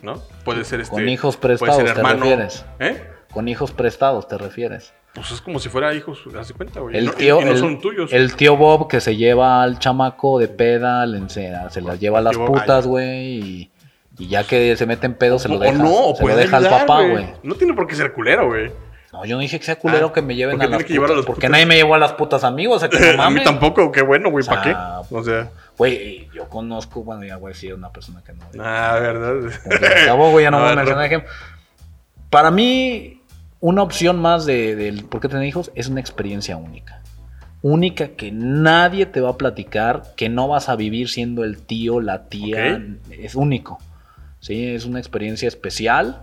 B: ¿no? Puede ser este.
A: Con hijos
B: puede ser
A: prestados, ¿te refieres?
B: ¿Eh?
A: Con hijos prestados, ¿te refieres?
B: Pues es como si fuera hijos, haz de cuenta, güey.
A: El
B: No- y-
A: tío,
B: y no
A: el,
B: son tuyos.
A: el tío Bob que se lleva al chamaco de peda, le ense- se las
B: Pues,
A: lleva a las
B: Llevo-
A: putas, güey, y, y ya que se meten pedo se lo
B: O
A: deja,
B: no, o
A: se lo
B: puede
A: deja al
B: ayudar,
A: papá, güey.
B: No tiene por qué ser culero, güey.
A: No, yo no dije que sea culero
B: Ah,
A: que me lleven
B: ¿por qué
A: a las,
B: tiene que llevar a
A: putas?
B: las
A: Porque
B: putas?
A: nadie me llevó a las putas amigos, o sea que no
B: a mí
A: mames.
B: tampoco, qué bueno, güey,
A: O
B: ¿para qué?
A: sea,
B: O sea,
A: Güey, yo conozco, bueno, ya voy a decir una persona que no.
B: ah, verdad.
A: Porque se acabó, güey, ya no
B: A
A: voy a
B: ver,
A: mencionar ejemplo. Para mí, una opción más de- del por qué tener hijos es una experiencia única. Única que nadie te va a platicar, que no vas a vivir siendo el tío, la tía. Es único. ¿sí? Es una experiencia especial.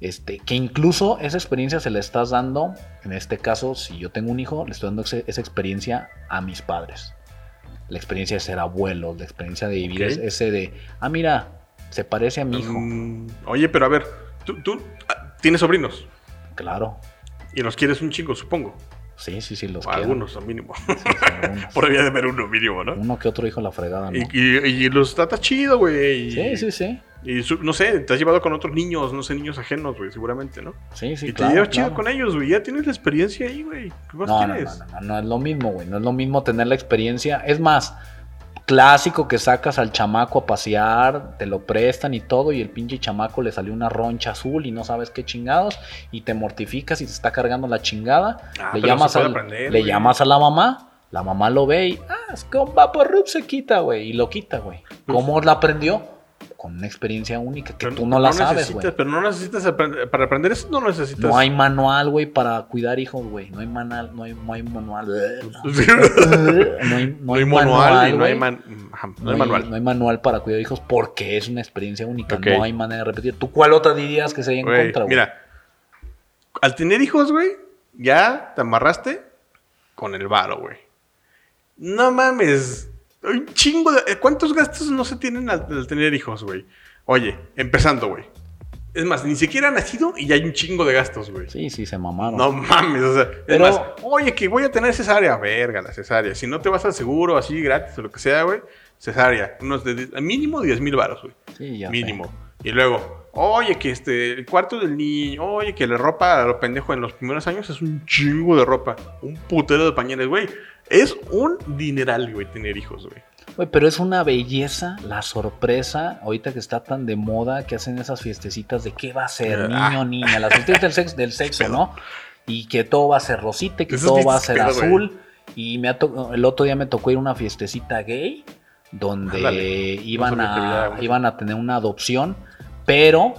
A: Este, que incluso esa experiencia se la estás dando, en este caso, si yo tengo un hijo, le estoy dando ese- esa experiencia a mis padres. La experiencia de ser abuelo, la experiencia de vivir
B: Ok.
A: es- ese de, ah, mira, se parece a mi hijo.
B: Mm, Oye, pero a ver, tú, tú, ah, tienes sobrinos
A: Claro,
B: y los quieres un chingo, supongo.
A: sí, sí, sí, los
B: O
A: quiero.
B: algunos, al mínimo.
A: Sí, sí, algunos.
B: por debía de haber uno mínimo, ¿no?
A: Uno que otro hijo la fregada, ¿no?
B: Y, y- y los tratas chido, güey. y-
A: Sí, sí, sí.
B: Y su- no sé, te has llevado con otros niños, no sé, niños ajenos, güey, seguramente, ¿no?
A: Sí, sí,
B: y
A: claro,
B: te llevas chido
A: claro.
B: con ellos, güey. Ya tienes la experiencia ahí, güey. ¿Qué más
A: No, no,
B: quieres?
A: no, no, no, no es lo mismo, güey. No es lo mismo tener la experiencia. Es más, clásico que sacas al chamaco a pasear, te lo prestan y todo, y el pinche chamaco le salió una roncha azul y no sabes qué chingados, y te mortificas y te está cargando la chingada.
B: Ah,
A: le
B: pero
A: llamas,
B: se puede
A: al-
B: aprender,
A: le
B: güey.
A: llamas a la mamá, la
B: Pues
A: mamá lo ve y, ah, es que un Vapor se quita, güey, y lo quita, güey. ¿Cómo la aprendió? con una experiencia única que tú no la sabes,
B: necesitas,
A: güey.
B: Pero no necesitas aprender. Para aprender eso no necesitas.
A: No hay manual, güey, para cuidar hijos, güey. No hay manual, no hay, no hay manual.
B: Pues
A: No hay, no
B: No hay
A: hay
B: manual. y No
A: güey.
B: hay, man- ajá, no hay
A: No hay-
B: manual.
A: No hay manual para cuidar hijos porque es una experiencia única.
B: Ok.
A: No hay manera de repetir. ¿Tú cuál otra dirías que sería en
B: Güey,
A: contra, güey?
B: mira, al tener hijos, güey, ya te amarraste con el varo, güey. No mames. Un chingo de. eh, ¿Cuántos gastos no se tienen al, al tener hijos, güey? Oye, empezando, güey. Es más, ni siquiera ha nacido y ya hay un chingo de gastos, güey.
A: Sí, sí, se mamaron.
B: No mames, o sea, es
A: Ah, Pero-
B: más, oye, que voy a tener cesárea, verga, la cesárea. Si no te vas al seguro, así gratis o lo que sea, güey, cesárea, unos de, de- mínimo 10 mil baros, güey
A: Sí, ya sé.
B: mínimo. Y luego, oye, que este, el cuarto del niño, oye, que la ropa a lo pendejo en los primeros años es un chingo de ropa, un putero de pañales, güey. Es un dineral, güey, tener hijos, güey.
A: Güey, pero es una belleza la sorpresa ahorita que está tan de moda que hacen esas fiestecitas de qué va a ser
B: Ah.
A: niño niña, las fiestas del sexo, del sexo,
B: Pedo.
A: ¿no? Y que todo va a ser rosita, y que
B: Esas
A: todo va a
B: fiestas
A: ser
B: pedo, güey.
A: azul. Y me ha to- el otro día me tocó ir a una fiestecita gay donde
B: Ándale.
A: iban,
B: No sabía que
A: a,
B: había una.
A: iban a tener una adopción, pero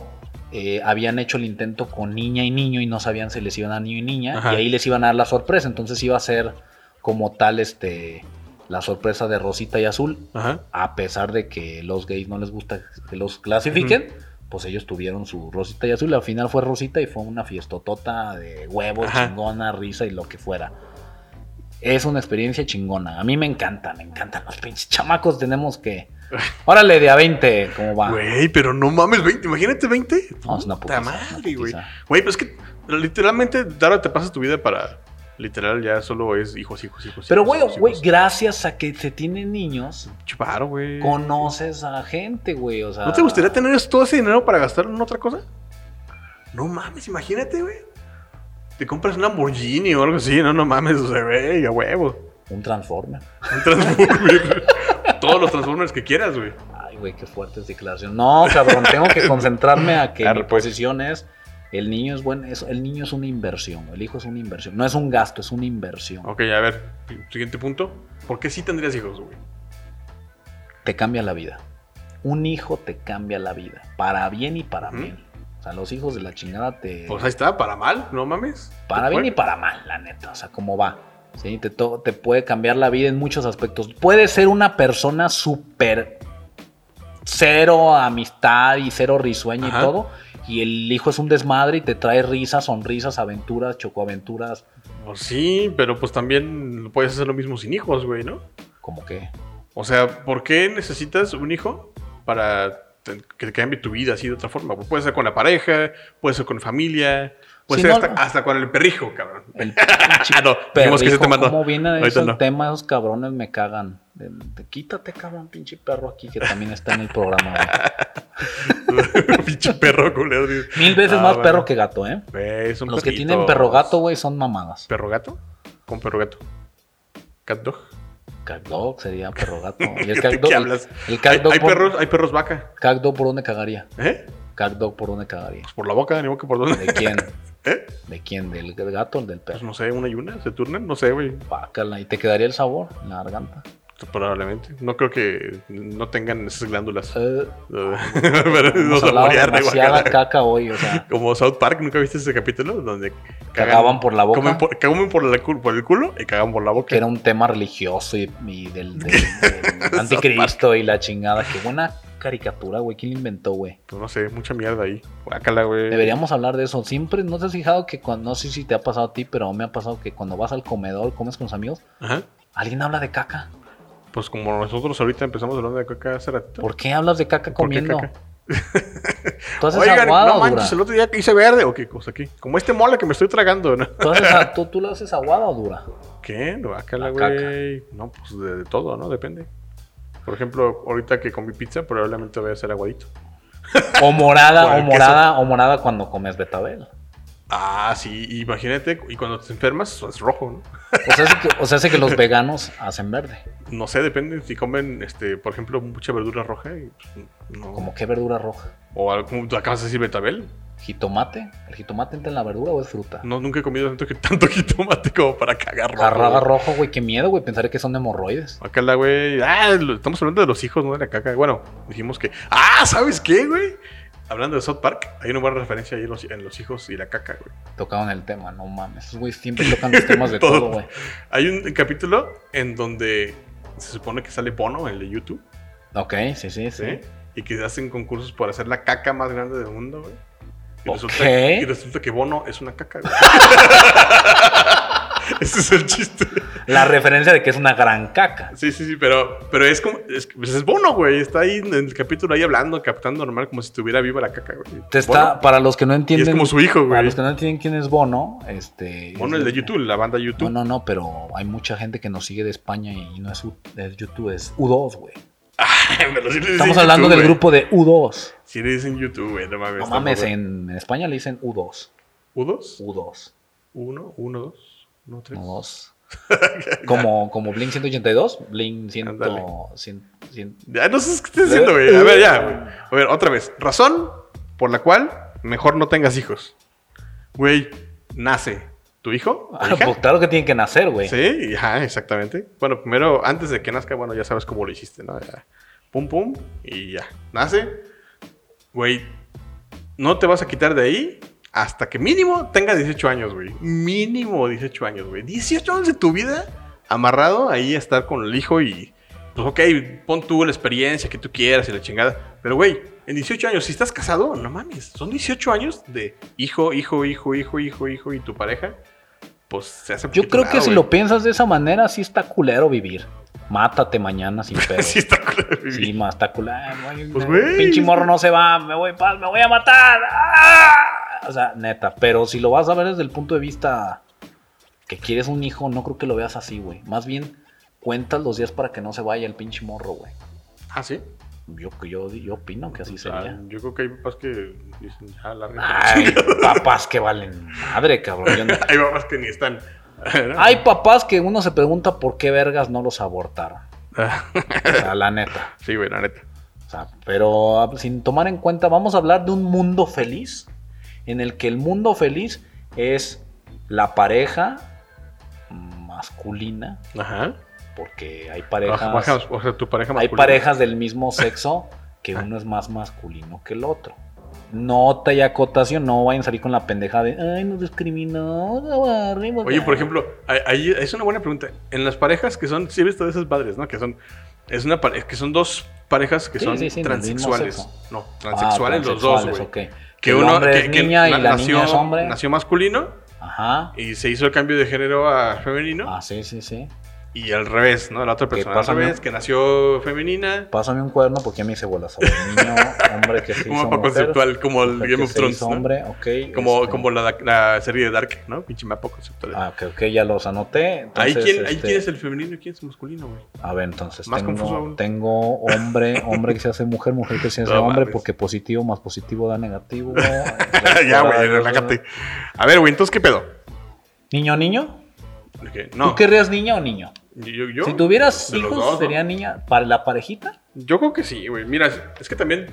A: eh, habían hecho el intento con niña y niño y no sabían si les iban a dar niño y niña
B: Ajá.
A: y ahí les iban a dar la sorpresa, entonces iba a ser como tal este la sorpresa de rosita y azul
B: Ajá.
A: a pesar de que los gays no les gusta que los clasifiquen, pues ellos tuvieron su rosita y azul. Al final fue rosita y fue una fiestotota de huevos,
B: Ajá.
A: chingona, risa y lo que fuera. Es una experiencia chingona. A mí me encanta, me encantan los pinches chamacos. Tenemos que. Órale, de a 20, ¿cómo va?
B: Güey, pero no mames, 20, imagínate 20.
A: No, es una
B: Puta
A: putiza, una
B: madre,
A: putiza.
B: güey. Güey, pero es que literalmente, ahora te pasas tu vida para. Literal, ya solo es hijos, hijos, hijos.
A: Pero,
B: hijos,
A: güey,
B: hijos,
A: güey,
B: hijos.
A: gracias a que se tienen niños,
B: Chuparo, güey.
A: conoces a gente, güey. O sea,
B: ¿No te gustaría tener todo ese dinero para gastarlo en otra cosa? No mames, imagínate, güey. Te compras una Lamborghini o algo así, no, no mames, o sea, güey, a huevo.
A: un Transformer?
B: Un Transformer, güey. Todos los Transformers que quieras, güey.
A: Ay, güey, qué fuertes declaraciones. No, cabrón, tengo que concentrarme a que
B: Claro,
A: mi
B: pues.
A: posición es el niño es bueno, es- el niño es una inversión, el hijo es una inversión, no es un gasto, es una inversión.
B: Ok, a ver, siguiente punto. ¿Por qué sí tendrías hijos, güey?
A: Te cambia la vida. Un hijo te cambia la vida, para bien y para
B: Ujú.
A: mal. O sea, los hijos de la chingada te
B: Pues ahí está, para mal, no mames.
A: para bien y para mal, la neta, o sea, cómo va. Sí, te, to- te puede cambiar la vida en muchos aspectos. Puedes ser una persona súper cero amistad y cero risueño
B: Ajá.
A: y todo. Y el hijo es un desmadre y te trae risas, sonrisas, aventuras, chocoaventuras,
B: Pues sí, pero pues también puedes hacer lo mismo sin hijos, güey, ¿no?
A: como que.
B: O sea, ¿por qué necesitas un hijo para te- que te cambie tu vida así de otra forma? Pues Puede ser con la pareja, puede ser con familia, puede
A: Si
B: ser
A: no-
B: hasta, hasta con el perrijo, cabrón.
A: El
B: Ah, no, dijimos que ese
A: perrijo,
B: tema no.
A: ¿Cómo vienen
B: Ahorita
A: esos
B: no.
A: temas? Esos cabrones me cagan. De- de- quítate, cabrón, pinche perro aquí que también está en el programa. güey.
B: Pinche perro, culero. dice.
A: Mil veces
B: Ah,
A: más
B: bueno.
A: perro que gato, ¿eh?
B: Güey, son
A: Los que
B: perritos.
A: tienen perro gato, güey, son mamadas.
B: ¿Perro gato? ¿Con perro gato? ¿Cat dog?
A: Cagdog sería perro gato. ¿Y
B: ¿De
A: el
B: qué
A: cagdog?
B: hablas?
A: El
B: Hay,
A: cagdog
B: hay
A: por,
B: perros, hay perros vaca.
A: cagdog por dónde cagaría.
B: ¿Eh?
A: Cagdog por dónde cagaría.
B: Pues por la boca, ni modo que por dónde.
A: ¿De quién?
B: ¿Eh?
A: ¿De quién? ¿Del del gato o del
B: Pues
A: perro?
B: no sé, una y una, se turnan, no sé, güey.
A: Bácala, ¿Y te quedaría el sabor en la garganta?
B: Probablemente. No creo que no tengan esas glándulas.
A: Eh,
B: Pero
A: hemos
B: nos
A: hablado
B: saborearon, güey,
A: demasiada
B: guacala.
A: caca hoy, o sea,
B: Como South Park, ¿nunca viste ese capítulo? Donde
A: cagaban por la boca,
B: Comen por, comen por la cul- por el culo y cagan por la boca.
A: que era un tema religioso y, y del, del- del anticristo y la chingada. Qué buena caricatura, güey. ¿Quién la inventó, güey?
B: Pues no sé, mucha mierda ahí. Guácala, güey.
A: Deberíamos hablar de eso. Siempre, ¿no te has fijado que cuando, no sé si te ha pasado a ti, pero me ha pasado que cuando vas al comedor, comes con los amigos,
B: Ajá.
A: alguien habla de caca?
B: Pues como nosotros ahorita empezamos hablando de caca hace ratito.
A: ¿Por qué hablas de caca
B: ¿Por qué
A: comiendo?
B: caca?
A: ¿Tú haces
B: Oigan,
A: aguada,
B: no
A: o
B: manches, el
A: dura?
B: otro día que hice verde. ¿O qué cosa aquí? Como este mole que me estoy tragando, ¿no?
A: ¿Tú, haces a- tú- tú la haces aguada o dura?
B: ¿Qué? Guácala,
A: La caca.
B: güey. No, pues de, de todo, ¿no? Depende. Por ejemplo, ahorita que comí pizza, probablemente voy a hacer aguadito.
A: O morada,
B: Con el
A: o morada, o morada cuando comes betabel.
B: Ah, sí, imagínate. Y cuando te enfermas, es rojo, ¿no?
A: O sea, hace que, o sea, hace que los veganos hacen verde.
B: No sé, depende. Si comen, este, por ejemplo, mucha verdura roja, y, pues, no.
A: Como qué verdura roja.
B: O algo, como tú acabas de decir betabel.
A: ¿Jitomate? ¿El jitomate entra en la verdura o es fruta?
B: No, nunca he comido tanto, que- tanto jitomate como para cagar rojo.
A: Carraga
B: güey.
A: rojo, güey, qué miedo, güey. Pensaré que son de hemorroides.
B: Acá la güey. Ah, lo- estamos hablando de los hijos, no de la caca. Bueno, dijimos que. ¡Ah! ¿Sabes qué, güey? Hablando de South Park, hay una buena referencia ahí en los, en los hijos y la caca, güey.
A: Tocaron el tema, no mames. Esos güeyes siempre tocan los temas de todo,
B: Todo.
A: güey.
B: Hay un capítulo en donde se supone que sale Bono, el de YouTube,
A: Ok, sí, sí, sí.
B: ¿sí? Y que hacen concursos por hacer la caca más grande del mundo, güey. Y,
A: Ok.
B: resulta, y resulta que Bono es una caca, güey. Ese es el chiste.
A: La referencia de que es una gran caca.
B: Sí, sí, sí, pero, pero es como. Es, pues es Bono, güey. Está ahí en el capítulo ahí hablando, captando normal, como si estuviera viva la caca, güey.
A: Te está,
B: Bono.
A: para los que no
B: Y
A: entienden.
B: es como su hijo,
A: Para
B: güey.
A: los que no entienden quién es Bono, este.
B: Bono, el de YouTube, la banda
A: No,
B: YouTube.
A: no, no, pero hay mucha gente que nos sigue de España y no es, U- es YouTube, es U2, güey.
B: Me lo- sí le dicen
A: Estamos hablando
B: YouTube,
A: del
B: güey.
A: grupo de U2.
B: Sí, le dicen YouTube, güey. No mames.
A: No mames,
B: tampoco.
A: en España le dicen U2.
B: ¿U2?
A: U2.
B: ¿Uno? ¿Uno, dos? ¿Uno, tres?
A: No dos. como, como Blink 182, Blink 100,
B: Ándale.
A: 100, 100.
B: Ya no sé qué estás diciendo, güey. A ver, ya, güey. A ver, otra vez. Razón por la cual mejor no tengas hijos. Güey, nace tu hijo. tu
A: Ah,
B: hija.
A: pues claro que tienen que nacer, güey.
B: Sí, ajá, exactamente. Bueno, primero, antes de que nazca, bueno, ya sabes cómo lo hiciste, ¿no? Ya, Pum, pum, y ya. Nace. Güey, no te vas a quitar de ahí hasta que mínimo tenga 18 años, güey. Mínimo 18 años, güey. 18 años de tu vida amarrado ahí a estar con el hijo y... Pues ok, pon tú la experiencia que tú quieras y la chingada. Pero güey, en 18 años, si estás casado, no mames. Son 18 años de hijo, hijo, hijo, hijo, hijo, hijo y tu pareja. Pues se hace
A: Yo
B: poquito
A: creo que
B: nada,
A: si
B: güey.
A: lo piensas de esa manera, sí está culero vivir. Mátate mañana sin pedo.
B: Sí,
A: sí,
B: está culero de vivir.
A: más está culero. güey.
B: Pues, güey.
A: Pinche morro no se va, me voy, paz, me voy a matar. ¡Ah! O sea, neta. Pero si lo vas a ver desde el punto de vista que quieres un hijo, no creo que lo veas así, güey. Más bien, cuentas los días para que no se vaya el pinche morro, güey.
B: Ah, sí.
A: Yo, yo, yo opino que así
B: Ah,
A: sería.
B: yo creo que hay papás que dicen, ah, la
A: Ay, papás que valen madre, cabrón. Yo no-
B: Hay papás que ni están.
A: Hay papás que uno se pregunta por qué vergas no los abortaron.
B: Ah,
A: O sea, la neta.
B: sí, güey, la neta.
A: O sea, pero ah, sin tomar en cuenta, vamos a hablar de un mundo feliz en el que el mundo feliz es la pareja masculina,
B: Ajá.
A: porque hay
B: Baja-
A: parejas,
B: baja- Ah, o sea, tu pareja
A: hay
B: masculina.
A: parejas del mismo sexo que uno es más masculino que el otro. Nota y acotación, no vayan a salir con la pendeja de, ay, nos discriminó, agarrimos".
B: Oye, por ejemplo, ahí- ahí es una buena pregunta. En las parejas que son, sí he visto de esas padres, ¿no? Que son, es una pare- que son dos parejas que
A: Sí,
B: son
A: sí, sí, del mismo
B: transexuales.
A: sexo.
B: No,
A: Ah,
B: transexuales los dos, güey.
A: transexuales, ok.
B: Que
A: el
B: uno
A: hombre
B: que,
A: es
B: que
A: niña y
B: na-
A: la
B: nació,
A: niña es hombre.
B: nació masculino
A: Ajá.
B: y se hizo el cambio de género a femenino.
A: Ah, sí, sí, sí.
B: Y al revés, ¿no? La otra
A: ¿Qué
B: persona
A: pasa,
B: al revés,
A: no?
B: que nació femenina.
A: Pásame un cuaderno porque a mí se bolas. sobre el niño, hombre que se
B: Un
A: hizo
B: mapa
A: mujer,
B: conceptual como el
A: mujer
B: Game
A: que
B: of
A: se
B: Thrones,
A: hizo
B: ¿no?
A: hombre, ok,
B: Como,
A: este,
B: como la, la serie de Dark, ¿no? Pinche mapa conceptual.
A: Ah, ok, ok, ya los anoté.
B: ahí,
A: Entonces,
B: quién, ahí
A: este,
B: quién es el femenino y quién es el masculino, güey.
A: A ver, entonces
B: Más confuso
A: tengo,
B: aún.
A: tengo hombre, hombre que se hace mujer, mujer que se hace
B: No
A: hombre,
B: mames.
A: porque positivo más positivo da negativo. Pues,
B: ya, güey, relájate. A ver, güey, entonces, ¿qué pedo?
A: Niño, niño.
B: Ok, No,
A: ¿Tú querrías niña o niño?
B: yo, yo,
A: si tuvieras
B: de los
A: hijos,
B: dos, ¿no?
A: sería niña para la parejita.
B: yo creo que sí, güey. Mira, es que también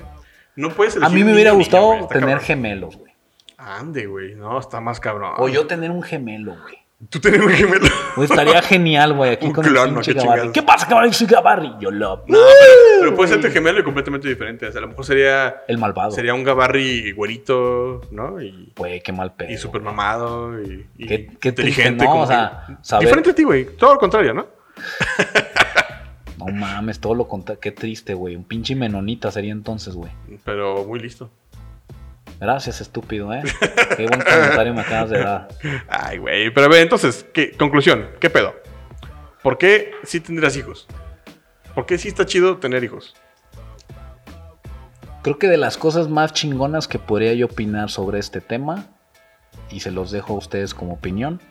B: no puedes
A: A
B: elegir
A: mí me
B: niño,
A: hubiera
B: niña,
A: gustado
B: güey, está
A: tener
B: cabrón.
A: gemelos, güey.
B: Ande, güey, no, está más cabrón.
A: O yo Pues, tener un gemelo, güey.
B: Tú tenías un gemelo.
A: Güey, estaría genial, güey, aquí
B: Un
A: con
B: clon,
A: el
B: ¿no?
A: pinche
B: Qué
A: Gabarri.
B: chingados.
A: ¿Qué pasa, Gabarri? Soy Gabarri. Yo lo...
B: No, pero, pero puede ser tu
A: güey.
B: gemelo y completamente diferente. O sea, a lo mejor sería,
A: El malvado.
B: sería un gabarri güerito, ¿no? Y,
A: Güey, qué mal pedo.
B: y súper mamado y, y
A: Qué- qué triste, ¿no? O
B: que-
A: sea, saber-
B: Diferente a ti, güey. Todo lo contrario, ¿no?
A: No mames, todo lo contrario. Qué triste, güey. Un pinche menonita sería entonces, güey.
B: Pero muy listo.
A: Gracias, estúpido, ¿eh? Qué buen comentario me acabas de dar.
B: Ay, güey. Pero a ver, entonces, ¿qué? conclusión, ¿qué pedo? ¿Por qué sí tendrás hijos? ¿Por qué sí está chido tener hijos?
A: Creo que de las cosas más chingonas que podría yo opinar sobre este tema, y se los dejo a ustedes como opinión,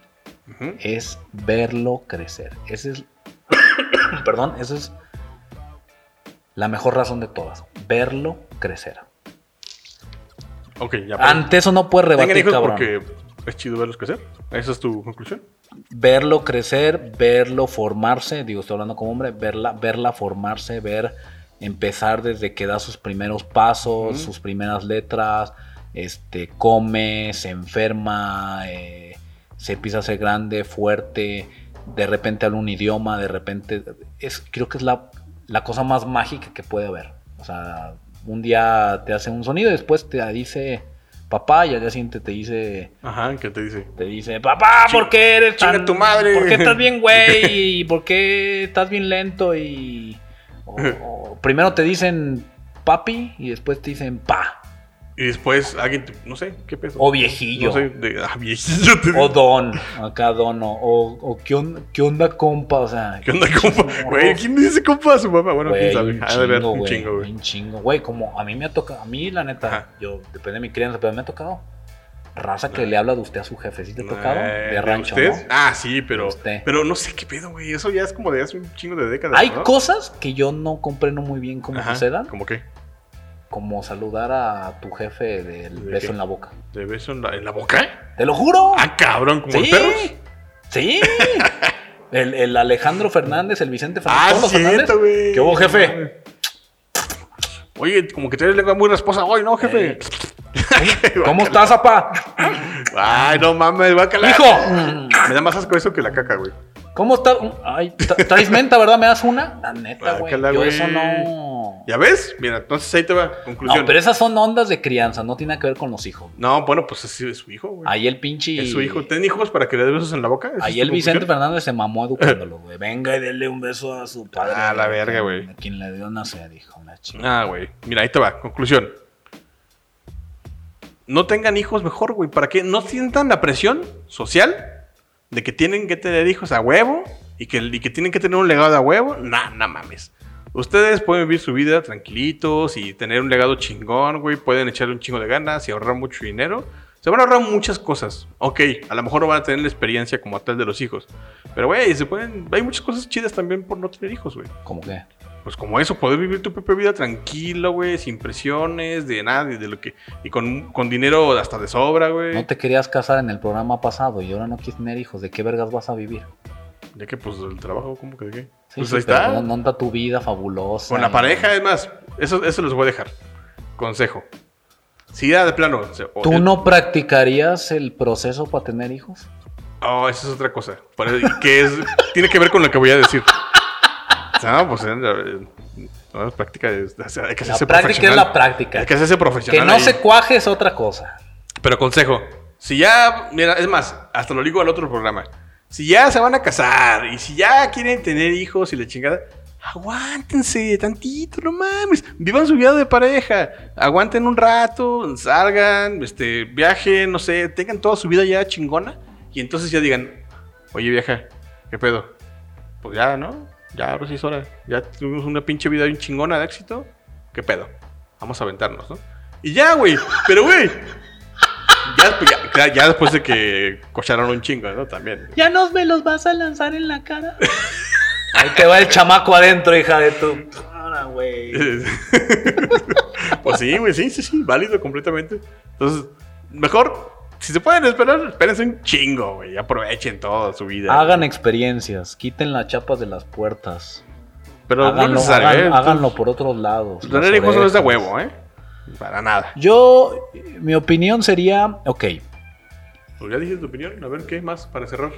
B: Ujú.
A: es verlo crecer. Ese es, perdón, esa es la mejor razón de todas. Verlo crecer.
B: Ok, ya. pero
A: Ante eso no puedes
B: Tengan
A: rebatir,
B: hijos
A: cabrón.
B: porque es chido verlos crecer. ¿Esa es tu conclusión?
A: Verlo crecer, verlo formarse, digo, estoy hablando como hombre, verla, verla formarse, ver empezar desde que da sus primeros pasos,
B: Ujú.
A: sus primeras letras, este, come, se enferma, eh, se empieza a ser grande, fuerte, de repente habla un idioma, de repente. Es, creo que es la, la cosa más mágica que puede haber. O sea, un día te hace un sonido y después te dice papá y al día siguiente te dice.
B: Ajá, ¿qué te dice?
A: Te dice, papá, ¿por qué eres
B: chinga
A: tan...
B: tu madre".
A: ¿Por qué estás bien güey? ¿Y por qué estás bien lento? Y... o- o primero te dicen papi y después te dicen pa.
B: Y después alguien, te- no sé, ¿qué peso?
A: O viejillo.
B: No sé, de- ah, viejillo. te-
A: O don. Acá don. O, o- o ¿qué, on- qué onda compa? O sea...
B: ¿Qué onda, compa?
A: morros.
B: Güey, ¿quién dice compa a su papá? Bueno,
A: Güey,
B: quién sabe.
A: un
B: Ha de haber
A: chingo,
B: un
A: güey.
B: chingo, güey.
A: Un chingo, güey. Como a mí me ha tocado, a mí la neta,
B: Ajá.
A: yo, depende de mi crianza, pero me ha tocado. Raza que le habla de usted a su jefe, ¿sí te ha tocado?
B: Eh,
A: de rancho,
B: usted?
A: ¿no?
B: Ah, sí, pero,
A: De usted.
B: pero no sé qué pedo, güey. Eso ya es como de hace un chingo de décadas.
A: Hay
B: ¿no?
A: cosas que yo no comprendo muy bien cómo
B: Ajá,
A: sucedan,
B: ¿Cómo qué?
A: como saludar a tu jefe del
B: ¿De
A: beso
B: qué?
A: en la boca.
B: ¿De beso en la, en la boca?
A: ¡Te lo juro!
B: Ah, cabrón, como
A: ¡Sí!
B: el perros.
A: ¡Sí! El, el Alejandro Fernández, el Vicente Fernández,
B: Ah,
A: todos los Fernández.
B: cierto, güey.
A: ¿Qué hubo, jefe?
B: Oye, como que traes lengua muy rasposa hoy, ¿no, jefe?
A: Eh. ¿Cómo estás, apá?
B: Ay, no mames, va a calar.
A: ¡Hijo!
B: Me da más asco eso que la caca, güey.
A: ¿Cómo estás? Ay, tra- traes menta, ¿verdad? ¿Me das una? La neta, güey.
B: Guácala,
A: Yo
B: güey.
A: eso no.
B: ¿Ya ves? Mira, entonces ahí te va. Conclusión.
A: No, pero esas son ondas de crianza, no tiene nada que ver con los hijos.
B: No, bueno, pues es, es su hijo, güey.
A: Ahí el pinche.
B: Es su hijo. ¿Ten hijos para que le des besos en la boca? ¿Esa
A: Ahí
B: es
A: el
B: tu
A: Vicente
B: conclusión?
A: Fernández se mamó educándolo, güey. Venga y dele un beso a su padre.
B: Ah, la verga, güey.
A: A quien le dio nacer, dijo la chica.
B: Ah, güey. Mira, ahí te va. Conclusión. No tengan hijos mejor, güey. ¿Para qué? No sientan la presión social de que tienen que tener hijos a huevo y que, y que tienen que tener un legado a huevo. Nah, nah mames. Ustedes pueden vivir su vida tranquilitos y tener un legado chingón, güey. Pueden echarle un chingo de ganas y ahorrar mucho dinero. Se van a ahorrar muchas cosas. Ok, a lo mejor no van a tener la experiencia como tal de los hijos. Pero, güey, se pueden... Hay muchas cosas chidas también por no tener hijos, güey
A: ¿Cómo qué?
B: pues como eso, poder vivir tu propia vida tranquilo, güey, sin presiones, de nadie, de lo que. Y con, con dinero hasta de sobra, güey.
A: No te querías casar en el programa pasado y ahora no quieres tener hijos. ¿De qué vergas vas a vivir?
B: Ya que, pues, el trabajo, ¿cómo que de qué?
A: Sí,
B: pues
A: sí,
B: ahí
A: pero
B: está.
A: ¿dó- ¿Dónde está tu vida fabulosa?
B: con la
A: Y-
B: pareja, es más. Eso, eso les voy a dejar. Consejo. Si ya de plano. o sea, o-
A: ¿Tú no practicarías el proceso para tener hijos?
B: Oh, eso es otra cosa. Para- Que es, tiene que ver con lo que voy a decir. No, pues. eh, eh, No, es práctica. es- o sea, hay que
A: La
B: hacerse
A: práctica es
B: profesional.
A: la práctica.
B: Hay que hacerse
A: Que
B: profesional.
A: no
B: ahí.
A: se cuaje es otra cosa.
B: Pero consejo, si ya, mira, es más, hasta lo digo al otro programa. Si ya se van a casar y si ya quieren tener hijos y la chingada, aguántense tantito, no mames. Vivan su vida de pareja, aguanten un rato, salgan, este, viajen, no sé, tengan toda su vida ya chingona y entonces ya digan, oye vieja, ¿qué pedo? Pues ya, ¿no? Ya, ahora sí es hora. Ya tuvimos una pinche vida bien chingona de éxito. ¿Qué pedo? Vamos a aventarnos, ¿no? Y ya, güey. Pero, güey, ya, ya- ya- ya después de que cocharon un chingo, ¿no? También.
A: Ya nos me los vas a lanzar en la cara. Ahí te va el chamaco adentro, hija de tu. Ahora, güey.
B: pues sí, güey, sí, sí, sí, válido completamente. Entonces, mejor, si se pueden esperar, espérense un chingo, güey. Aprovechen toda su vida.
A: Hagan experiencias, quiten las chapas de las puertas.
B: Pero no es
A: háganlo,
B: necesario,
A: hagan-
B: ¿eh?
A: háganlo por otros lados.
B: Entonces,
A: las
B: Tener hijos no es de
A: orejas.
B: huevo, ¿eh? Para nada.
A: Yo, mi opinión sería, ok,
B: Pues ya dije tu opinión, a ver qué más para cerrar.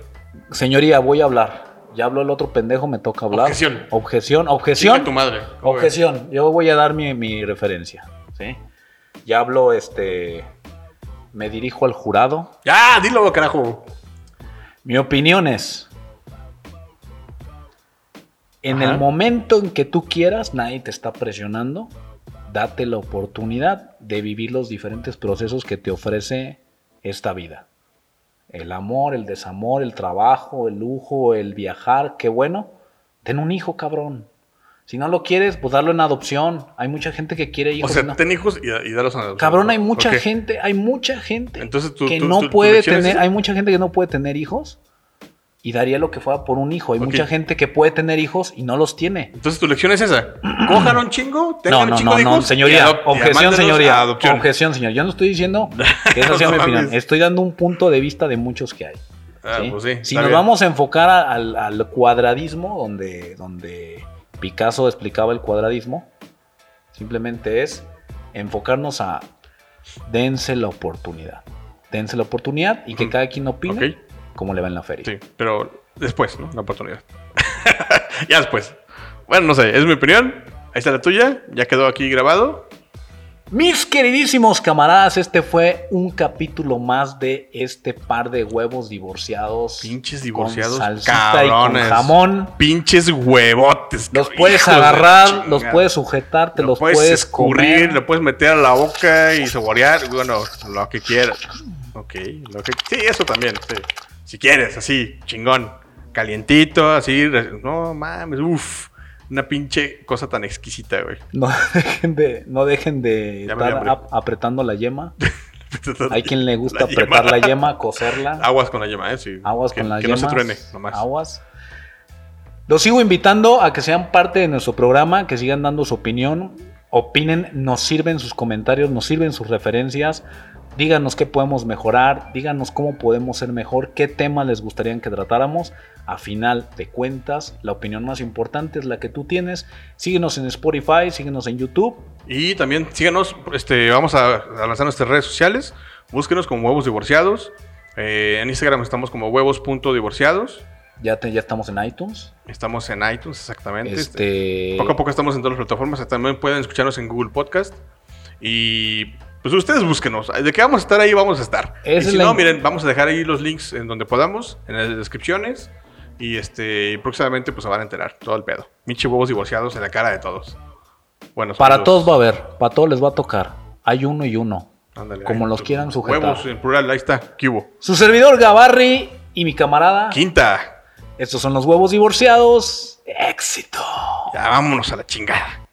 A: señoría, voy a hablar. Ya habló el otro pendejo, me toca hablar.
B: Objeción.
A: Objeción,
B: Chinga
A: objeción.
B: tu madre. ¿Cómo ves?
A: Objeción, yo voy a dar mi, mi referencia. ¿sí? Ya hablo, este. Me dirijo al jurado.
B: Ya, dilo, carajo.
A: Mi opinión es. En
B: Ajá.
A: el momento en que tú quieras, nadie te está presionando. Date la oportunidad de vivir los diferentes procesos que te ofrece esta vida. El amor, el desamor, el trabajo, el lujo, el viajar, qué bueno. Ten un hijo, cabrón. Si no lo quieres, pues darlo en adopción. Hay mucha gente que quiere
B: O
A: hijos.
B: sea,
A: y no.
B: ten hijos y, y dalos a la
A: Cabrón, hay mucha
B: Ok.
A: gente, hay mucha gente
B: Entonces, ¿tú-
A: que
B: tú-
A: no
B: tú- tú
A: puede
B: elecciones
A: tener,
B: eso?
A: hay mucha gente que no puede tener hijos y daría lo que fuera por un hijo. Hay
B: Ok.
A: mucha gente que puede tener hijos y no los tiene.
B: Entonces tu lección es esa. Cojan un chingo,
A: No,
B: tengan un
A: no,
B: chingo
A: no,
B: de hijos.
A: no,
B: y
A: señoría,
B: adop- y
A: objeción,
B: mándenlos a
A: señoría,
B: adopción.
A: objeción, señor. Yo no estoy diciendo que esa
B: No
A: sea mi
B: mames.
A: opinión. Estoy dando un punto de vista de muchos que hay.
B: Ah,
A: ¿sí?
B: pues sí,
A: si
B: está
A: nos
B: bien.
A: vamos a enfocar a- al, al cuadradismo, donde, donde Picasso explicaba el cuadradismo, simplemente es enfocarnos a Dense la oportunidad. Dense la oportunidad y que
B: Ujú.
A: cada quien opine
B: Ok.
A: cómo le va en la feria.
B: Sí, pero después, ¿no? La oportunidad. ya después. Bueno, no sé, es mi opinión. Ahí está la tuya. Ya quedó aquí grabado.
A: Mis queridísimos camaradas, este fue un capítulo más de este par de huevos divorciados.
B: Pinches
A: Con
B: divorciados.
A: salsita y con
B: cabrones.
A: jamón.
B: Pinches huevotes.
A: Los
B: cabrón,
A: puedes
B: hijos de la
A: agarrar, los
B: chingada.
A: puedes sujetar, te
B: Lo
A: los puedes,
B: escurrir,
A: comer.
B: lo puedes meter a la boca y saborear. Bueno, lo que quieras. Ok, lo que. Sí, eso también. sí. Si quieres, así, chingón. Calientito, así. re- No mames, uff. Una pinche cosa tan exquisita, güey.
A: No dejen de, no dejen de
B: Ya me dio
A: estar
B: hambre.
A: ap- apretando la yema. Hay quien le gusta apretar la yema, coserla.
B: Aguas con la yema, ¿eh? Sí.
A: Aguas
B: Que-
A: con las
B: Que
A: yemas.
B: no se truene, nomás.
A: Aguas. Los sigo invitando a que sean parte de nuestro programa, que sigan dando su opinión. Opinen, nos sirven sus comentarios, nos sirven sus referencias. Díganos qué podemos mejorar, díganos cómo podemos ser mejor, qué temas les gustaría que tratáramos. A final de cuentas, la opinión más importante es la que tú tienes. Síguenos en Spotify, síguenos en YouTube.
B: Y también síganos, este, vamos a, a lanzar nuestras redes sociales. Búsquenos como Huevos Divorciados. Eh, en Instagram estamos como huevos.divorciados.
A: Ya, te- ya estamos en iTunes.
B: Estamos en iTunes, exactamente.
A: Este,
B: eh, Poco a poco estamos en todas las plataformas. También pueden escucharnos en Google Podcast. Y pues ustedes búsquenos. De que vamos a estar ahí, vamos a estar.
A: Esa
B: y
A: es
B: si
A: la
B: no,
A: in-
B: miren, vamos a dejar ahí los links en donde podamos, en las descripciones. Y este, y próximamente pues se van a enterar todo el pedo. Michi huevos divorciados en la cara de todos. Bueno,
A: para
B: saludos.
A: todos va a haber, para todos les va a tocar. Hay uno y uno.
B: Ándale,
A: como
B: ahí,
A: los
B: tu-
A: quieran sujetar.
B: Huevos en plural, ahí está. ¿Qué hubo?
A: Su servidor Gabarri y mi camarada.
B: Quinta.
A: Estos son los huevos divorciados. Éxito.
B: Ya vámonos a la chingada.